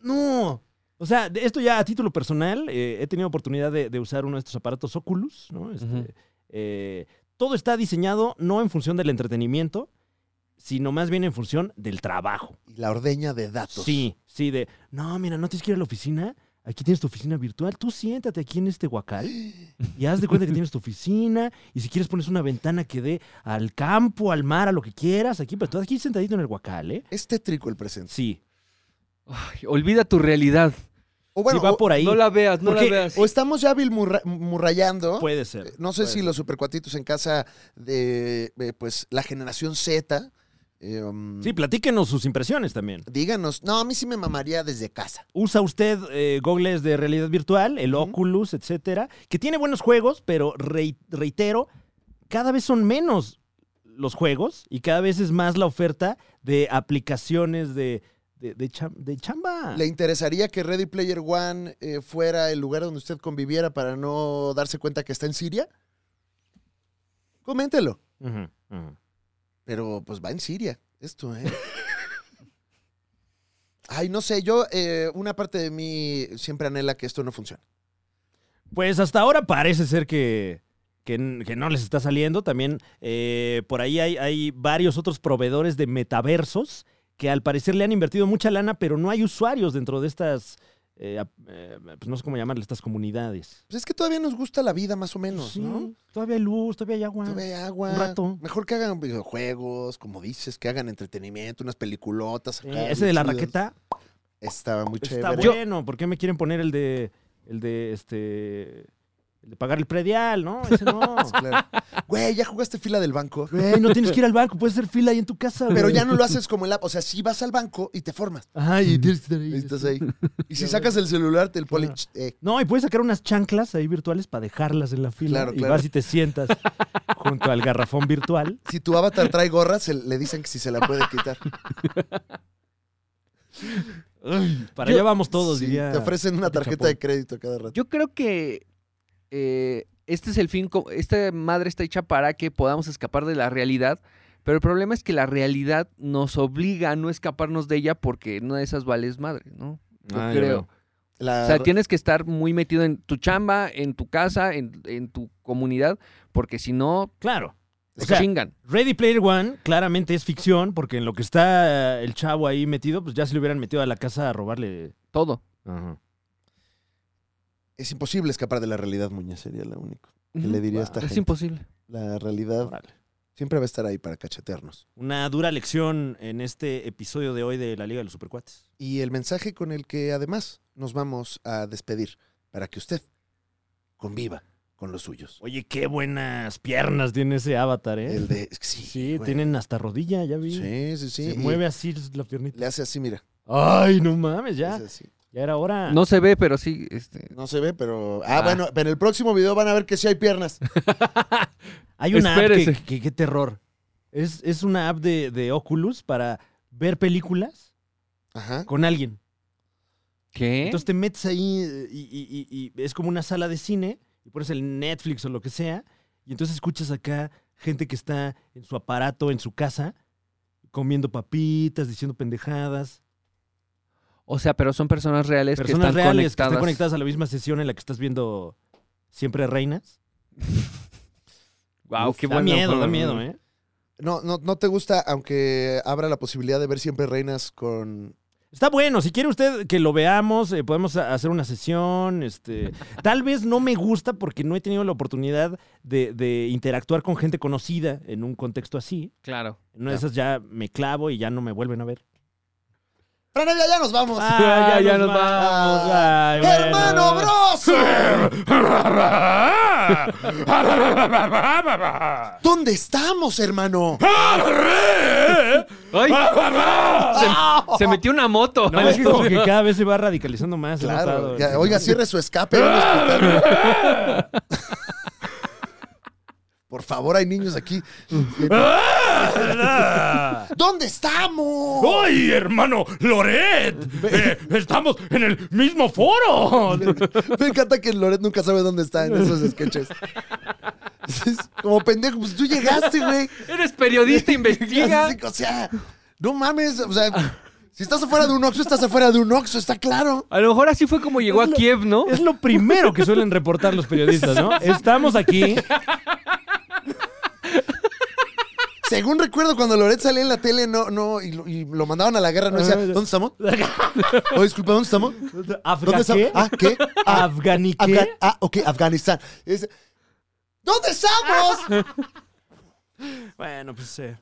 No. O sea, de- esto ya a título personal, eh, he tenido oportunidad de, de usar uno de estos aparatos Oculus, ¿no? Este, Ujú. eh, todo está diseñado no en función del entretenimiento, sino más bien en función del trabajo. Y la ordeña de datos. Sí, sí, de, no, mira, no tienes que ir a la oficina, aquí tienes tu oficina virtual, tú siéntate aquí en este huacal y haz de cuenta que tienes tu oficina y si quieres pones una ventana que dé al campo, al mar, a lo que quieras, aquí, pero tú aquí sentadito en el huacal, ¿eh? Es tétrico el presente. Sí, Ay, olvida tu realidad. O bueno, si va o- por ahí. No la veas, no la Porque- veas. O estamos ya vilmurra- murrayando. Eh, Puede ser. no sé puede si los supercuatitos en casa de eh, pues la generación Z. eh, um, Sí, platíquenos sus impresiones también. díganos. No, a mí sí me mamaría desde casa. Usa usted eh, gogles de realidad virtual, el Ujú. Oculus, etcétera, que tiene buenos juegos, pero rei- reitero, cada vez son menos los juegos y cada vez es más la oferta de aplicaciones de, de, de cham- de chamba. ¿Le interesaría que Ready Player One eh, fuera el lugar donde usted conviviera para no darse cuenta que está en Siria? Coméntelo. Ujú, ujú. Pero pues va en Siria, esto, *laughs* ¿eh? Ay, no sé, yo, eh, una parte de mí siempre anhela que esto no funcione. Pues hasta ahora parece ser que, que, n- que no les está saliendo. También eh, por ahí hay, hay varios otros proveedores de metaversos que al parecer le han invertido mucha lana, pero no hay usuarios dentro de estas, eh, ap- eh, pues no sé cómo llamarle, estas comunidades. Pues es que todavía nos gusta la vida más o menos, Sí, ¿no? Todavía hay luz, todavía hay agua. Tome agua. un rato. Mejor que hagan videojuegos, como dices, que hagan entretenimiento, unas peliculotas. Sí, acá, Eh, ese de la chidas. raqueta Estaba muy está chévere. bueno. ¿Por qué me quieren poner el de, el de este, el de pagar el predial, no? *laughs* Ese no. Claro. Güey, ya jugaste fila del banco. Güey, no tienes que ir al banco, puedes hacer fila ahí en tu casa. Pero güey. ya no lo haces como el app. O sea, sí vas al banco y te formas. Ajá, y tienes que estar Y ahí. estás ahí. Y si sacas el celular, te el poli. "Ch, eh, No, y puedes sacar unas chanclas ahí virtuales para dejarlas en la fila. Claro, y claro. vas y *laughs* te sientas junto al garrafón virtual. si tu avatar trae gorra, se- le dicen que si se la puede quitar. para allá vamos *laughs* todos, Sí, diría. Te ofrecen una Pati tarjeta Chapoy. de crédito cada rato. Yo creo que eh, este es el fin, co- esta madre está hecha para que podamos escapar de la realidad, pero el problema es que la realidad nos obliga a no escaparnos de ella porque una de esas vales madre, ¿no? Yo Ah, ya creo. veo. La- O sea, tienes que estar muy metido en tu chamba, en tu casa, en, en tu comunidad, porque si no, Claro. O te sea, chingan. Ready Player One claramente es ficción, porque en lo que está eh, el chavo ahí metido, pues ya se le hubieran metido a la casa a robarle. Todo. Ajá. Es imposible escapar de la realidad, Muña, sería lo único. que le diría a esta Es gente. imposible. La realidad Órale. siempre va a estar ahí para cachetearnos. Una dura lección en este episodio de hoy de la Liga de los Supercuates. y el mensaje con el que además nos vamos a despedir para que usted conviva con los suyos. Oye, qué buenas piernas tiene ese avatar, ¿eh? El de. Sí, Sí, güey. tienen hasta rodilla, ya vi. Sí, sí, sí. Se y mueve así la piernita. Le hace así, mira. Ay, no mames, le ya. hace así. Ya era hora. No se ve, pero sí, este. No se ve, pero. Ah, Ah. bueno, en el próximo video van a ver que sí hay piernas. Hay una app Espérese. que, que- qué terror. Es, es una app de, de Oculus para ver películas Ajá. con alguien. ¿Qué? Entonces te metes ahí eh, y, y- y- y es como una sala de cine y pones el Netflix o lo que sea y entonces escuchas acá gente que está en su aparato, en su casa, comiendo papitas, diciendo pendejadas. o sea, pero son personas reales personas que están reales que conectadas. están conectadas a la misma sesión en la que estás viendo Siempre Reinas. Wow, Uf, qué da bueno. miedo, da miedo, ¿eh? No, no, no te gusta, aunque abra la posibilidad de ver siempre reinas con. Está bueno, si quiere usted que lo veamos, eh, podemos a- hacer una sesión. Este, tal vez no me gusta porque no he tenido la oportunidad de, de interactuar con gente conocida en un contexto así. Claro. En una de esas ya me clavo y ya no me vuelven a ver. ¡Fran Evia, ya nos vamos! ya, ya nos vamos. Ay, bueno. ¡Hermano Broso! ¿Dónde estamos, *laughs* hermano? ¡Ay! *laughs* *laughs* se, se metió una moto. No, es que como *laughs* que cada vez se va radicalizando más. he Claro. notado. ya, oiga, cierre su escape. unos putas- Por favor, hay niños aquí. ¿Dónde estamos? ¡Ay, hermano Loret! Eh, ¡Estamos en el mismo foro! Me encanta que Loret nunca sabe dónde está en esos sketches. Es Como pendejo, pues tú llegaste, güey. *laughs* Eres periodista, investiga. O sea, no mames. O sea, si estás afuera de un Oxxo, estás afuera de un Oxxo, está claro. A lo mejor así fue como llegó a Kiev, ¿no? Es lo primero que suelen reportar los periodistas, ¿no? Estamos aquí. Según recuerdo, cuando Loret salía en la tele, no, no, y lo, y lo mandaban a la guerra, no decía, ¿dónde estamos? Oh, disculpa, ¿dónde estamos? ¿Dónde ¿Afga estamos? qué? Ah, ¿qué? Ah, ¿Afganiqué? Afgan- ah, ok, Afganistán. Es- ¿Dónde estamos? Bueno, pues... Eh.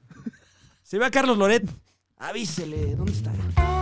Si ve a Carlos Loret, avísele. ¿Dónde está?